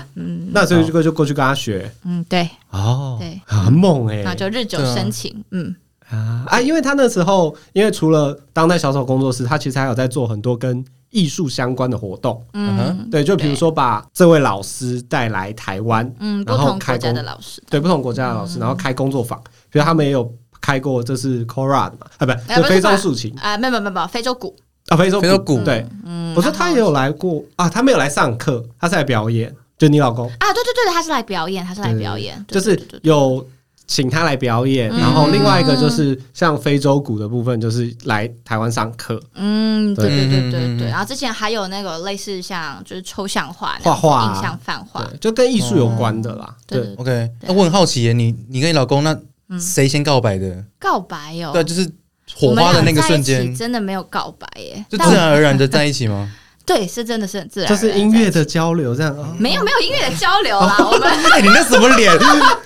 S1: 那所以就就过去跟他学
S3: 嗯，对，
S1: 哦
S3: 对，
S1: 很猛哎
S3: 然后就日久生情，嗯，
S1: 啊啊！因为他那时候，因为除了当代小丑工作室，他其实还有在做很多跟艺术相关的活动。
S2: 嗯哼
S3: 嗯，
S1: 对，就比如说把这位老师带来台湾，
S3: 嗯，不
S1: 然后
S3: 同国
S1: 开
S3: 家的
S1: 工
S3: 老师，
S1: 对不同国家的老
S3: 嗯
S1: 师，然后开工作坊，比如他们也有开过，这是 c o r a 的嘛，啊，不，
S3: 哎
S1: 就
S3: 不
S1: 是非洲
S3: Kora
S1: 竖琴
S3: 啊，没有没有没有，非洲鼓，
S1: 啊，非洲
S2: 非洲鼓
S1: 对，
S3: 嗯，
S1: 我说
S3: 然
S1: 他
S3: 后
S1: 也有来过啊，他没有来上课，他是来表演，就你老公，
S3: 啊，对对对，他是来表演，他是来
S1: 对
S3: 表演，
S1: 就
S3: 对
S1: 是
S3: 对对对
S1: 有请他来表演，
S3: 嗯
S1: 然后另外一个就是像非洲鼓的部分，就是来台湾上课
S3: 嗯，对对对
S2: 嗯
S3: 对
S2: 嗯嗯
S3: 对。
S2: 嗯
S3: 然后之前还有那个类似像就是抽象画那样子、
S1: 画画啊
S3: 印象泛画，
S1: 对，就跟艺术有关的啦，
S3: 哦对
S1: 对
S3: 对对，
S2: OK，那我很好奇耶，你你跟你老公那谁先告白的？
S3: 告白哦，
S2: 对，就是火花的那个瞬
S3: 我们俩在一
S2: 间
S3: 起，真的没有告白耶，
S2: 就
S3: 但
S2: 自然而然的在一起吗？
S3: 对是真的是很自然而
S1: 就
S3: 然在一
S1: 是
S3: 起，
S1: 音乐的交流这样。哦
S3: 没有没有音乐的交流啦，我们
S2: 哎，你那什么脸？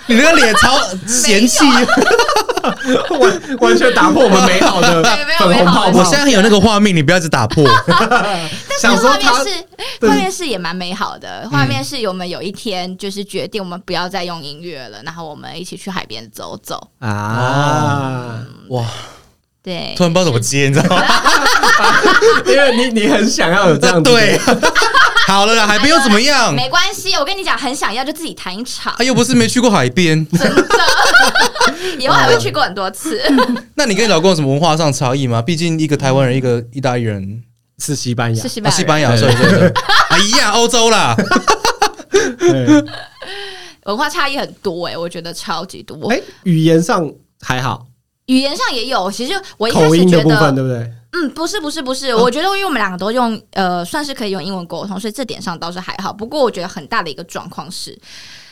S2: 你那个脸超嫌弃。
S1: 完哦 完全打破我们美好的
S3: 对没有
S1: 粉
S3: 美
S1: 红
S3: 好
S1: 泡
S3: 的
S1: 泡
S2: 我。现在很有那个画面，你不要一直打破。
S1: 想
S3: 但是
S1: 说
S3: 画面
S1: 他
S3: 是
S1: 对嗯
S3: 画面是也蛮美好的，画面是我们有一天就是决定我们不要再用音乐了，然后我们一起去海边走走，
S1: 啊，
S2: 哇，
S3: 对
S2: 突，然不知道怎么接，你知道吗？
S1: 因为你你很想要有这样子的
S2: 对，，好了啦，海边又怎么样？
S3: 没关系，我跟你讲，很想要就自己弹一场
S2: 他，又不是没去过海边。
S3: 真的，
S1: 哎
S3: 以后还
S1: 哦
S3: 会去过很多次。
S2: 那你跟你老公有什么文化上差异吗？毕竟一个台湾人，一个意大利人，
S1: 是哦西班牙
S3: 是。西
S2: 啊，
S3: 班牙
S2: 西
S3: 人、
S2: 班牙，所以所以，所以哎呀，欧洲啦，
S1: 对
S3: 文化差异很多哎、我觉得超级多。
S1: 哎，语言上还好，
S3: 语言上也有，其实我一开
S1: 口
S3: 始
S1: 音的
S3: 觉
S1: 部分
S3: 得，
S1: 对不对？
S3: 嗯，不是不是不是，我觉得因为我们两个都用呃，算是可以用英文沟通，所以这点上倒是还好。不过我觉得很大的一个状况是，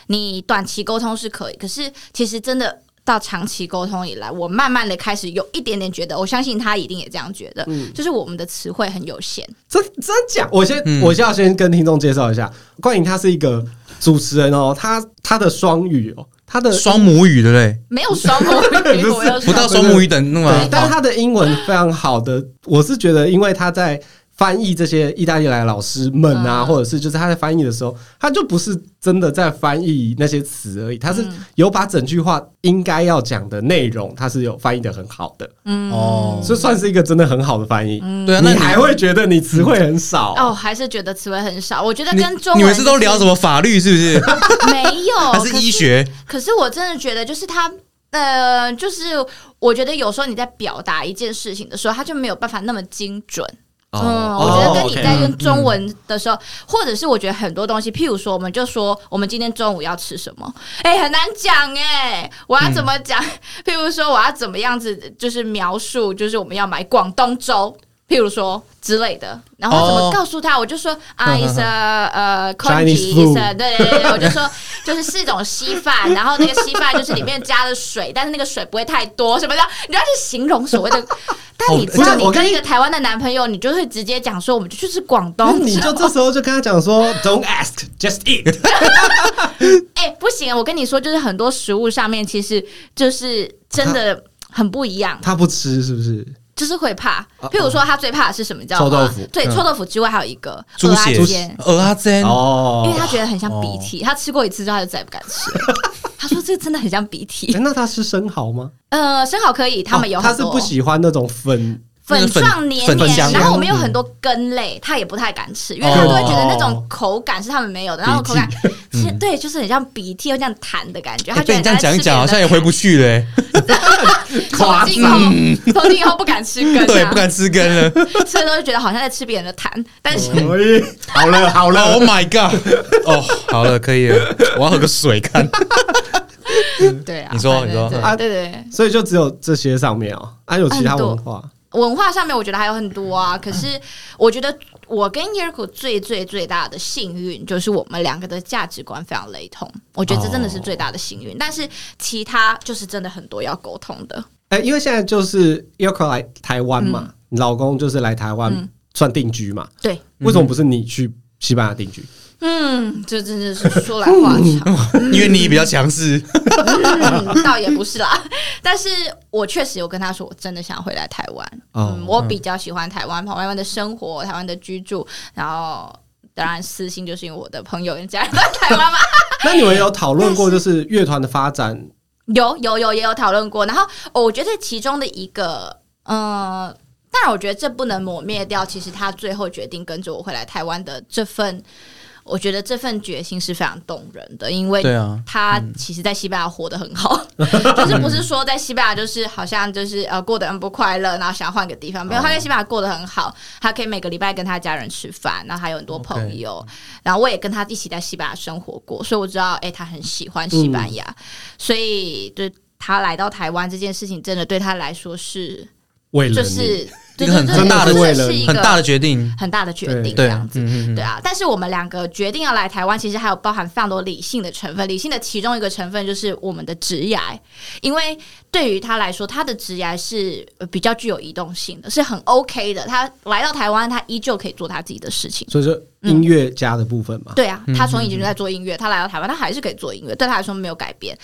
S3: 你短期沟通是可以，可是其实真的。到长期沟通以来，我慢慢的开始有一点点觉得，我相信他一定也这样觉得，
S1: 嗯
S3: 就是我们的词汇很有限。
S1: 真真假？我先、
S2: 嗯
S1: 我先要先跟听众介绍一下，冠颖他是一个主持人哦，他他的双语哦，他的
S2: 双母语对不 对？
S3: 没 有双母语，我有
S2: 不
S3: 双
S2: 到双母语等那
S1: 对
S2: 么，，
S1: 但是他的英文非常好的，我是觉得，因为他在翻译这些意大利来的老师们啊，
S3: 嗯
S1: 或者是就是他在翻译的时候，他就不是真的在翻译那些词而已，他是
S3: 嗯
S1: 有把整句话应该要讲的内容，他是有翻译的很好的，
S3: 嗯
S2: 哦
S1: 这、算是一个真的很好的翻译。
S2: 对啊，
S1: 你
S2: 那
S1: 还会觉得你词汇很少
S3: 哦，还是觉得词汇很少。我觉得
S2: 你
S3: 跟中文
S2: 你们是都聊什么法律是不是？
S3: 么？没有，
S2: 还是医学？
S3: 可是。可是我真的觉得，就是他，呃，就是我觉得有时候你在表达一件事情的时候，他就没有办法那么精准。嗯，我觉得跟你在
S1: 哦嗯
S3: 用中文的时候，或者是我觉得很多东西，譬如说，我们就说我们今天中午要吃什么，哎、很难讲哎、我要怎么讲？ 譬如说，我要怎么样子，就是描述，就是我们要买广东粥。譬如说之类的，然后怎么
S2: 哦
S3: 告诉他？我就 说啊
S2: 嗯嗯嗯
S3: ，is a 呃 c o n
S1: Chinese
S3: i s a 对对对对，我就说 就是是一种稀饭，然后那个稀饭就是里面加了水，但是那个水不会太多什么的，你要去形容所谓的。但你知
S1: 不
S3: 道，
S1: 是
S3: 你
S1: 哦我跟
S3: 跟
S1: 你
S3: 一个台湾的男朋友，你就会直接讲说，我们就去吃哦广
S1: 那
S3: 东
S1: 你
S3: 粥。
S1: 就这时候就跟他讲说，Don't ask, just eat。
S3: 哎、不行，我跟你说，就是很多食物上面其实就是真的很不一样，
S1: 他不吃是不是？
S3: 就是会怕。譬如说，他最怕的是什么？你知道吗？
S1: 哦臭豆腐
S3: 对，
S2: 嗯
S3: 臭豆腐之外还有一个
S2: 猪血
S3: 蚵仔煎，
S2: 鹅嗯呃阿珍，
S1: 哦
S3: 因为他觉得很像鼻涕，他吃过一次之后他就再也不敢吃 了。他说这真的很像鼻涕
S1: 诶。那他吃生蚝吗？
S3: 呃，生蚝可以，哎他们有
S1: 哦他
S3: 很
S1: 是
S3: 多、
S1: 不喜欢那种粉
S3: 粉状黏
S2: 粉
S3: 黏，
S2: 香
S3: 然后我们有很多根类，他也不太敢吃，因为
S2: 哦
S3: 他都会觉得那种口感是他们没有的，然后口感是对，就是很像鼻涕又这样弹的感觉。
S2: 嗯
S3: 他
S2: 哎
S3: 觉得
S2: 被你这样讲一讲，好
S3: 好
S2: 像也回不去了 欸。
S3: 从今以后， 从今以后不敢吃根，
S2: 对，不，敢吃根了。
S3: 吃了都会觉得好像在吃别人的痰，但是
S2: 嗯
S1: 以，好了好
S2: Oh my god！哦， 好了，可以了，我要喝个水看。
S3: 对啊，
S2: 你说
S3: 反正
S2: 你说
S3: 对
S1: 啊
S3: 对对对，
S1: 所以就只有这些上面哦，还、有其他文化
S3: 文化上面我觉得还有很多啊，可是我觉得我跟 Yerko 最最最大的幸运就是我们两个的价值观非常雷同，我觉得这真的是最大的幸运。但是其他就是真的很多要沟通的，
S1: 哎、因为现在就是 Yoko 来台湾嘛，你
S3: 嗯
S1: 老公就是来台湾算定居嘛，
S3: 对，
S1: 为什么不是你去西班牙定居？
S3: 嗯，这真的是说来话长，
S2: 因为你比较强势，
S3: 嗯倒也不是啦。 但是我确实有跟他说，我真的想回来台湾，
S1: 哦
S3: 嗯，我比较喜欢台湾，台湾的生活，台湾的居住，然后。当然，私心就是因为我的朋友跟家人都在台湾嘛，
S1: 那你们有讨论过就是乐团的发展？
S3: 有有有也有讨论过，然后、哦我觉得其中的一个，嗯、当然，我觉得这不能抹灭掉，其实他最后决定跟着我回来台湾的这份，我觉得这份决心是非常动人的，因为
S2: 对啊，
S3: 他其实，在西班牙活得 很好，就是不是说在西班牙就是好像就是呃过得很不快乐，然后想要换个地方，
S1: 哦
S3: 没有，他在西班牙过得很好，他可以每个礼拜跟他家人吃饭，然后还有很多朋友然后我也跟他一起在西班牙生活过，所以我知道，哎、他很喜欢西班牙，所以就他来到台湾这件事情，真的对他来说是
S1: 为了
S3: 就
S1: 你
S3: 是
S2: 一
S3: 对
S2: 个很
S3: 对对
S1: 很
S3: 对
S1: 大的
S3: 真
S1: 为了
S3: 是
S1: 你
S3: 一
S2: 很大
S3: 个
S2: 的决定，
S3: 很大的决定这
S2: 对，
S3: 样子。
S2: 嗯嗯
S3: 对啊，但是我们两个决定要来台湾，其实还有包含非常多理性的成分。理性的其中一个成分就是我们的职涯，因为对于他来说，他的职涯是呃比较具有移动性的，是很 OK 的。他来到台湾，他依旧可以做他自己的事情。
S1: 所以说音乐家的部
S2: 嗯
S1: 分嘛，
S3: 对啊，他从以前就在做音乐，他来到台湾，他还是可以做音乐，对他来说没有改变。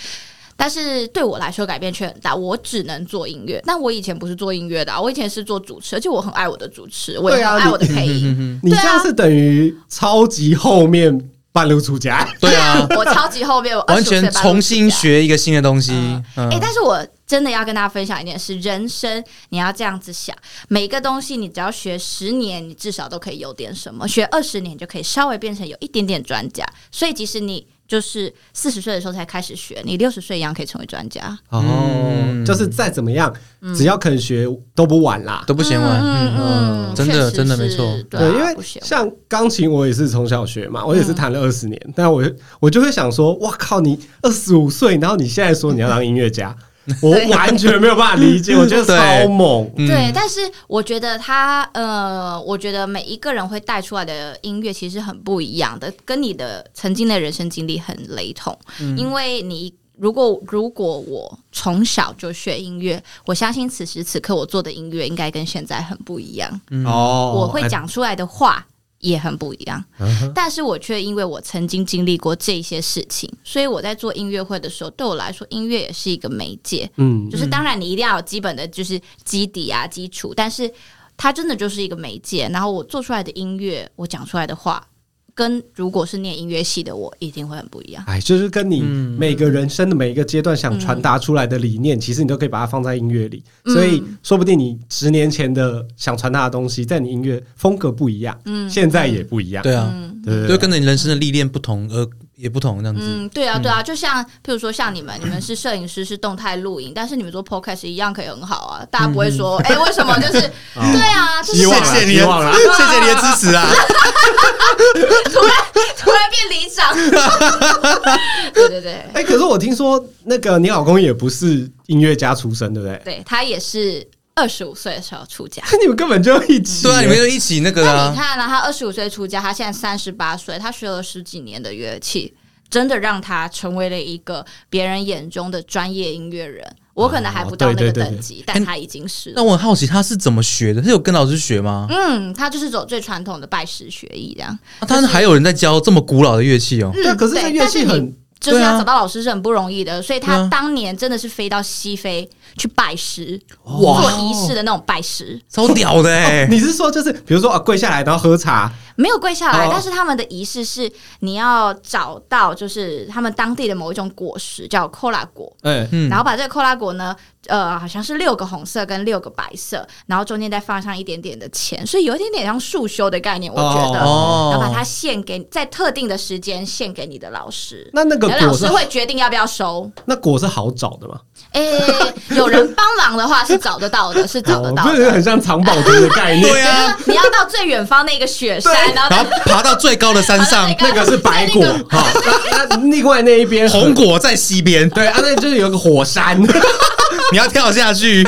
S3: 但是对我来说改变却很大，我只能做音乐。但我以前不是做音乐的啊、我以前是做主持，而且我很爱我的主持，我
S1: 对
S3: 也
S1: 啊
S3: 很爱
S1: 你
S3: 我的 配音。
S1: 你这
S3: 啊
S1: 样是等于超级后面半路出家，
S2: 对啊，
S3: 我超级后面，我
S2: 完
S3: 25岁
S2: 全
S3: 搬入
S2: 重
S3: 新
S2: 新
S3: 家。
S2: 学一个新的东西。嗯
S3: 哎、但是我真的要跟大家分享一件事：人生你要这样子想，每个东西你只要学十年，你至少都可以有点什么；学二十年就可以稍微变成有一点点专家。所以，即使你就是四十岁的时候才开始学，你六十岁一样可以成为专家。
S2: 嗯
S1: 哦，就是再怎么样，
S3: 嗯
S1: 只要肯学都不晚啦。
S2: 都不嫌晚，嗯
S1: 嗯
S2: 真的
S3: 确实
S2: 真的没
S3: 是
S2: 错
S3: 对啊，
S1: 因为
S3: 不行嗯
S1: 像钢琴，我也是从小学嘛，我也是弹了二十年，但我我就会想说，哇靠，你二十五岁，然后你现在说你要当音乐 家，我完全没有办法理解，我觉得超猛。
S2: 嗯
S3: 对，但是我觉得他呃，我觉得每一个人会带出来的音乐其实很不一样的，跟你的曾经的人生经历很雷同，因为你。如果如果我从小就学音乐，我相信此时此刻我做的音乐应该跟现在很不一样，
S1: 哦
S3: 我会讲出来的话也很不一样。
S2: 嗯
S1: 嗯
S3: 但是我却因为我曾经经历过这些事情，所以我在做音乐会的时候，对我来说音乐也是一个媒介。
S1: 嗯，
S3: 就是当然你一定要有基本的就是基底啊基础，但是它真的就是一个媒介。然后我做出来的音乐，我讲出来的话，跟如果是念音乐系的我，一定会很不一样。
S1: 哎，就是跟你每个人生的每一个阶段想传达出来的理
S3: 嗯
S1: 念，其实你都可以把它放在音乐里，所以说不定你十年前的想传达的东西，在你音乐风格不一样，嗯，现在也不一样，
S2: 对啊，
S1: 对
S2: 就
S1: 对对，
S2: 跟着你人生的历练不同而也不同这样子。
S3: 嗯嗯，对啊，对啊，就像譬如说像你们，你们是摄影师，是动态录影，但是你们做 podcast 一样可以很好啊，大家不会说，哎、为什么 就是对啊，就
S1: 嗯哦希
S3: 是
S1: 望啦
S2: 谢谢你
S1: 希望啦
S2: 的，谢谢你的支 持啊！
S3: 突然变里长， 对对对，
S1: 哎、可是我听说那个你老公也不是音乐家出身，对不对？
S3: 对他也是二十五岁的时候出家。
S1: 你们根本就一起，
S2: 对啊，你们就一起那个
S3: 那你
S2: 啊，
S3: 看呢、他二十五岁出家，他现在三十八岁，他学了十几年的乐器，真的让他成为了一个别人眼中的专业音乐人。我可能还不到那
S1: 对
S3: 个
S1: 对对
S3: 等级，但他已经是了
S2: 那。我很好奇他是怎么学的？他有跟老师学吗？
S3: 嗯，他就是走最传统的拜师学艺这样。
S2: 啊他还有人在教这么古老的乐器 哦。
S1: 对啊，
S3: 嗯
S1: 可是这
S3: 对
S1: 乐器
S3: 但是
S1: 很
S3: 你就是
S2: 对啊
S3: 要找到老师是很不容易的，所以
S2: 对
S3: 他
S2: 啊
S3: 当年真的是飞到西非去拜师，
S2: 哇
S3: 做仪式的那种拜师，
S2: 超屌的 哎、
S1: 你是说就是比如说啊，跪下来然后喝茶，
S3: 没有跪下来，
S1: 哦
S3: 但是他们的仪式是你要找到就是他们当地的某一种果实，叫扣拉果，
S1: 嗯，
S2: 嗯
S3: 然后把这个扣拉果呢，呃，好像是六个红色跟六个白色，然后中间再放上一点点的钱，所以有一点点像束修的概念，我觉得。
S2: 哦
S3: 然后把它献给在特定的时间献给你的老师，
S1: 那那个
S3: 你的老
S1: 果
S3: 师
S1: 是
S3: 会决定要不要收。
S1: 那果是好找的嘛？
S3: 诶，有人帮忙的话是找得到的，是找得
S1: 哦
S3: 到
S1: 不是
S3: 的。
S1: 很像藏宝图的概念，
S2: 对啊，
S3: 你要到最远方那个雪山，然后
S2: 然后爬到最高的山上，
S1: 那个是白果
S3: 那
S1: 哈，那那另外那一边
S2: 红果在西边，
S1: 对啊，那就是有个火山，
S2: 你要跳下 去。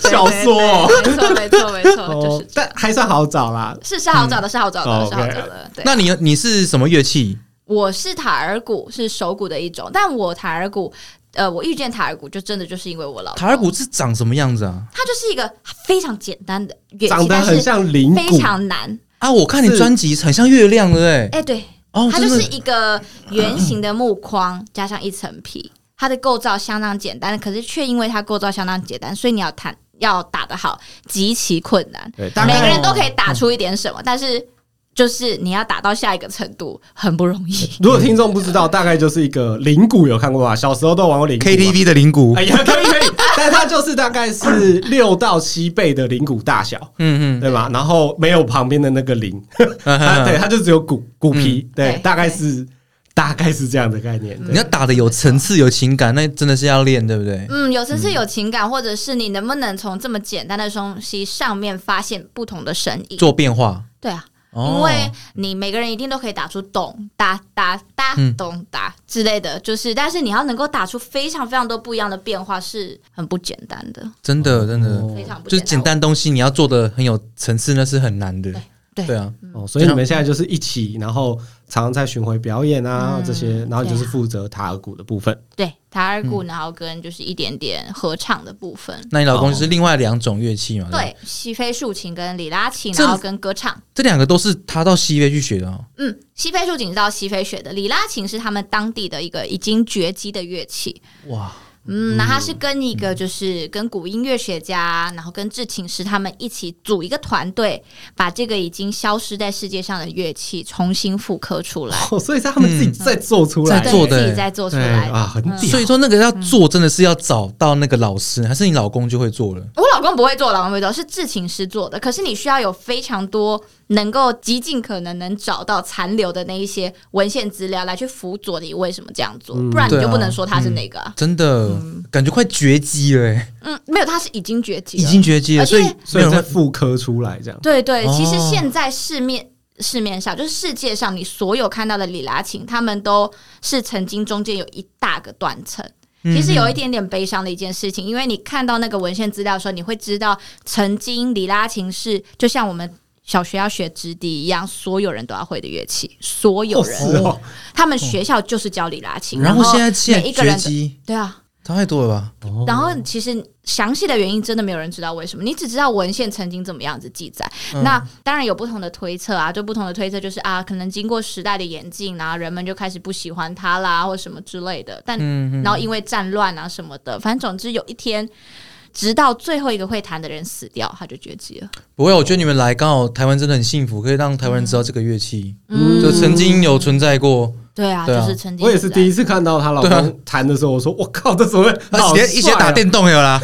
S1: 小说哦。
S3: 对对对没错没错没错，就
S1: 哦
S3: 是，
S1: 但还算好找啦。
S3: 是是好找的，是好找
S1: 哦
S3: 的，
S1: ，OK
S3: 是好找的。对，
S2: 那你你是什么乐器？
S3: 我是塔尔鼓，是手鼓的一种，但我塔尔鼓，呃，我遇见塔尔鼓就真的就是因为我老公
S2: 塔尔，鼓是长什么样子啊？
S3: 它就是一个非常简单的乐器，
S1: 长得
S3: 但
S1: 很
S3: 是
S1: 像铃
S3: 非
S1: 鼓，
S3: 常难。
S2: 啊，我看你
S1: 是
S2: 专辑很像月亮，对不对？
S3: 哎、对，
S2: 哦，
S3: 它
S2: 真
S3: 就
S2: 的
S3: 是一个圆形的木框加上一层皮，它的构造相当简单，可是却因为它构造相当简单，所以你要弹要打得好极其困难。
S1: 对，大
S3: 每个
S1: 概
S3: 人都可以打出一点什么，但是就是你要打到下一个程度很不容易。
S1: 如果听众不知道，大概就是一个铃鼓，有看过吧？小时候都玩过铃鼓嘛啊
S2: KTV 的铃鼓
S1: 哎，呀，可以可以，但但它就是大概是六到七倍的灵骨大小，
S2: 嗯
S1: 对吧？然后没有旁边的那个鳞，它啊对，它就只有骨骨皮，对
S3: 对，
S1: 大概是大概是这样的概念。
S2: 嗯，你要打的有层次、有情感，那真的是要练，对不对？
S3: 嗯，有层次、有情感，或者是你能不能从这么简单的东西上面发现不同的深意？
S2: 做变化，
S3: 对啊，
S2: 哦
S3: 因为你每个人一定都可以打出咚哒哒哒
S2: 嗯
S3: 咚哒之类的，就是，但是你要能够打出非常非常多不一样的变化，是很不简单的，
S2: 真的真的
S1: 哦
S3: 非常不
S2: 就是简。单东西，你要做的很有层次，那是很难的。
S3: 对
S2: 对啊，
S1: 哦，所以你们现在就是一起，然后常常在巡回表演啊这些，然后你就是负责塔尔鼓的部分。
S3: 嗯对，塔尔鼓，
S2: 嗯
S3: 然后跟就是一点点合唱的部分。
S2: 那你老公就是另外两种乐器嘛？吧，
S3: 对，西非竖琴跟里拉琴，
S2: 这
S3: 然后跟歌唱。
S2: 这两个都是他到西非去学的哦。
S3: 嗯，西非竖琴是到西非学的，里拉琴是他们当地的一个已经绝迹的乐器。
S2: 哇，
S3: 嗯，那他是跟一个就是跟古音乐学家，然后跟制琴师他们一起组一个团队，把这个已经消失在世界上的乐器重新复刻出来，
S1: 哦，所以是他们自己再做出来
S2: 嗯
S3: 对
S2: 在做的
S3: 自己再啊做出
S1: 对
S3: 来。嗯
S1: 啊，很屌。
S2: 所以说那个要做，真的是要找到那个老师，还是你老公就会做了？
S3: 我老公不会做，老公不会做，是制琴师做的。可是你需要有非常多能够极尽可能能找到残留的那一些文献资料来去辅佐你为什么这样做，不然你
S2: 对
S3: 就
S2: 啊
S3: 不能说他是哪个、啊。
S2: 真的、感觉快绝迹了、欸，
S3: 嗯，没有，他是已经绝迹了，
S2: 已经绝迹了，
S3: 而
S2: 所
S3: 且
S2: 以
S1: 所
S2: 没
S1: 以
S2: 有人
S1: 再
S2: 会
S1: 复刻出来这样。
S3: 对对，其实
S2: 哦
S3: 现在市面市面上就是世界上你所有看到的里拉琴，他们都是曾经中间有一大个断层。
S2: 嗯
S3: 其实有一点点悲伤的一件事情，因为你看到那个文献资料的时候，你会知道曾经里拉琴是就像我们小学要学直笛一样，所有人都要会的乐器，所有
S1: 哦，
S3: 人、
S1: 是哦，
S3: 他们学校就是教里拉琴，
S2: 啊哦然
S3: 后
S2: 后现在现
S3: 每
S2: 在
S3: 一个
S2: 绝
S3: 人都
S2: 迹，
S3: 对啊，
S2: 太多了吧？
S3: 然后其实详细的原因真的没有人知道为什么，你只知道文献曾经怎么样子记载。
S2: 嗯
S3: 那当然有不同的推测啊，就不同的推测就是啊，可能经过时代的演进啊，人们就开始不喜欢它啦，或什么之类的。但、
S2: 嗯
S3: 然后因为战乱啊什么的，反正总之有一天。直到最后一个会弹的人死掉，他就绝迹了。
S2: 不会，我觉得你们来刚好台湾真的很幸福，可以让台湾人知道这个乐器，
S3: 嗯
S2: 就曾经有存在过。
S3: 对啊，
S2: 对啊
S3: 就是曾经
S1: 我也是第一
S3: 一，
S1: 次看到她老
S2: 对啊
S1: 公弹的时候，我说我靠，这怎么会
S2: 他
S1: 好
S2: 直接一起
S1: 帅啊
S2: 打电动有 啦，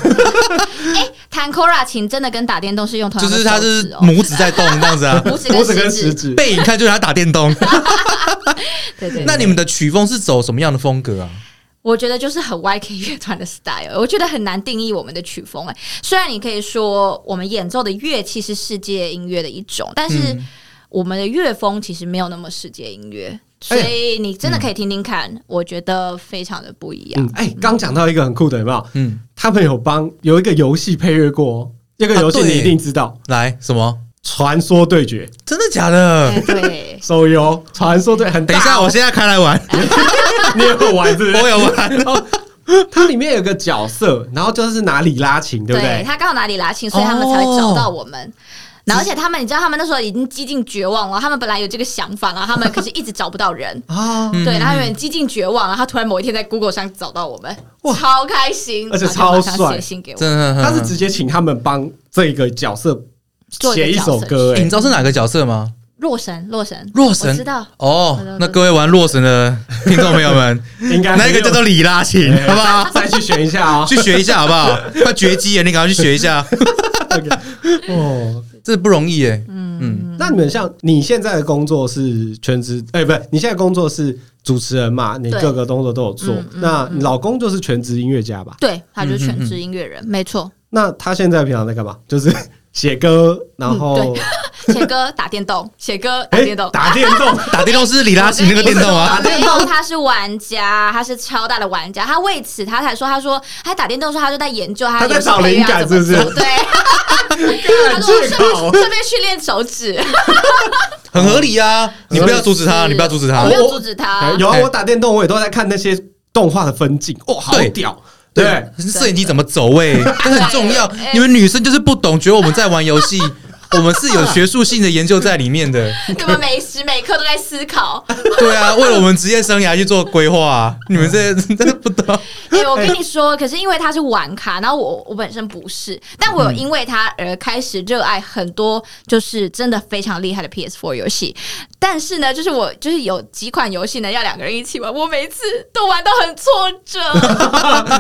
S3: 弹 k o r a 琴啊真的跟打电动是用同
S2: 就
S3: 样的
S2: 是他
S3: 手
S2: 是
S3: 指哦，
S2: 拇指在动这样子 啊，
S3: 拇指
S1: 脖子
S3: 跟
S1: 跟
S3: 食
S1: 食
S3: 指，
S1: 指，
S2: 背影看就是他打电动。
S3: 对对对
S2: 那你们的曲风是走什么样的风格啊？
S3: 我觉得就是很 YK 乐团的 style，我觉得很难定义我们的曲风、哎，虽然你可以说我们演奏的乐器是世界音乐的一种，但是
S1: 嗯
S3: 我们的乐风其实没有那么世界音乐，
S1: 哎
S3: 所以你真的可以听听看，我觉得非常的不一样。
S1: 嗯，哎、刚讲到一个很酷的，有没有？
S2: 嗯，
S1: 他们有帮有一个游戏配乐过、哦，这个游戏
S2: 啊对
S1: 你一定知道，
S2: 来什么？
S1: 传说对决》，
S2: 真的假的
S3: 哎？对
S1: 嗯手游《传说对》很大
S2: 等一下，
S1: 哦
S2: 我现在开来玩，
S1: 你也有玩是不是？
S2: 我有玩。
S1: 哦它里面有个角色，然后就是哪里拉琴， 对不哦对？
S3: 他刚好哪里拉琴，所以他们才会找到我们。然后，而且他们，你知道，他们那时候已经几近绝望了。他们本来有这个想法，然后他们可是一直找不到人。
S1: 啊，
S3: 对，然后有点几近绝望，然后他突然某一天在 Google 上找到我们，超开心，
S1: 而且
S3: 然后就马上
S1: 超帅
S3: 写信给我。
S2: 真的，
S1: 他是直接请他们帮这个角色
S3: 做一个
S1: 写一首歌、
S2: 欸你
S1: 哎，
S2: 知道是哪个角色吗？
S3: 洛神，洛神，
S2: 洛神
S3: 我知道，我知
S2: 哦
S3: 道，
S2: 那各位玩洛神的听众朋友 们，
S1: 应该
S2: 嗯那个叫做里拉琴，好不好？
S1: 再去选一下啊、
S2: 去学一下好不好？快绝迹啊了，你赶快去学一 下，
S1: 哦，
S2: 这不容易耶。嗯
S3: 嗯
S1: 那你们像你现在的工作是全职，哎、不是，你现在工作是主持人嘛？你
S3: 对
S1: 各个工作都有做。
S3: 嗯嗯
S1: 那你老公就是全职音乐家吧？
S3: 对，他就是全职音乐人，没错，
S1: 那他现在平常在干嘛？就是写歌，然后
S3: 嗯写歌、打电动，写歌、打
S1: 哎
S3: 电动。
S1: 打电 动，
S2: 打电动是里拉琴那个 电动啊，
S3: 打电动，他是玩家，他是超大的玩家。他为此他才说，他说他打电动的时候，他就在研究他
S1: 他在
S3: 游戏
S1: 找
S3: 配乐
S1: 灵
S3: 要
S1: 感
S3: 怎么
S1: 是不是
S3: 做对，他说
S1: 这个
S3: 顺便顺便训练手指，
S2: 很合理啊。你不要阻止他，你不要阻止他
S3: 我没。有
S1: 我
S3: 阻止他。
S1: 有啊，
S2: 哎
S1: 我打电动，我也都在看那些动画的分镜，哦，好
S2: 对
S1: 屌，对不 对。，
S2: 摄影机怎么走位， 这很重要
S3: 哎。
S2: 你们女生就是不懂，觉得我们在玩游 戏，我们是有学术性的研究在里面的。
S3: 你们每时每刻都在思考。
S2: 对啊，为了我们职业生涯去做规划啊，你们这 真的不懂。
S3: 哎、我跟你说，可是因为他是玩咖，然后我我本身不是，但
S2: 嗯
S3: 我有呃因为他而开始热爱很多，就是真的非常厉害的 PS4 游戏。但是呢，就是我就是有几款游戏呢要两个人一起玩，我每次都玩到很挫 折，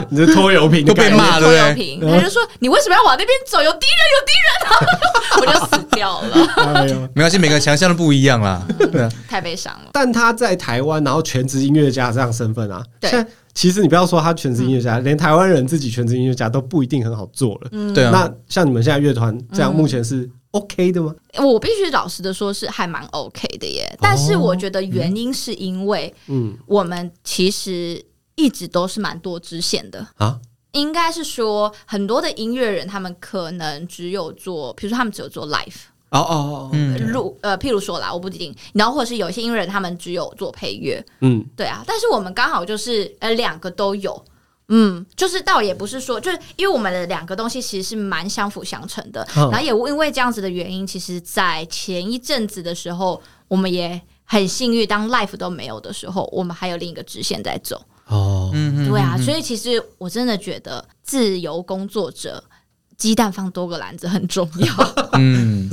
S1: 你是拖油瓶的
S2: 都被
S1: 概念
S2: 骂对不
S3: 拖
S2: 对嗯
S3: 油瓶，他就说你为什么要往那边走？有敌人，有敌人、啊！我 就死掉 了，
S1: 哎呦
S2: 没关系，每个人强项都不一样啦。对啊，
S3: 太悲伤了。
S1: 但他在台湾，然后全职音乐家这样身份啊，
S3: 对
S1: 现在其实你不要说他全职音乐家，连台湾人自己全职音乐家都不一定很好做了。
S2: 对啊，
S1: 那像你们现在乐团这
S3: 嗯
S1: 样，目前是 OK 的吗？
S3: 我必须老实的说，是还蛮 OK 的耶。但是我觉得
S2: 哦嗯
S3: 原因是因为
S1: 嗯
S3: 我们其实一直都是蛮多支线的，
S1: 啊，
S3: 应该是说很多的音乐人他们可能只有做，比如说他们只有做 live。
S1: 哦哦哦，
S2: 嗯，
S3: 录呃，譬如说啦，我不一定，然后或者是有一些音乐人他们只有做配乐，
S1: 嗯，
S3: 对啊，但是我们刚好就是呃两个都有。嗯，就是倒也不是说，就是因为我们的两个东西其实是蛮相辅相成的，
S1: 嗯
S3: 然后也因为这样子的原因，其实，在前一阵子的时候，我们也很幸运，当 life 都没有的时候，我们还有另一个支线在走。
S1: 哦，
S2: 嗯
S3: 对啊，所以其实我真的觉得自由工作者鸡蛋放多个篮子很重要。
S2: 嗯，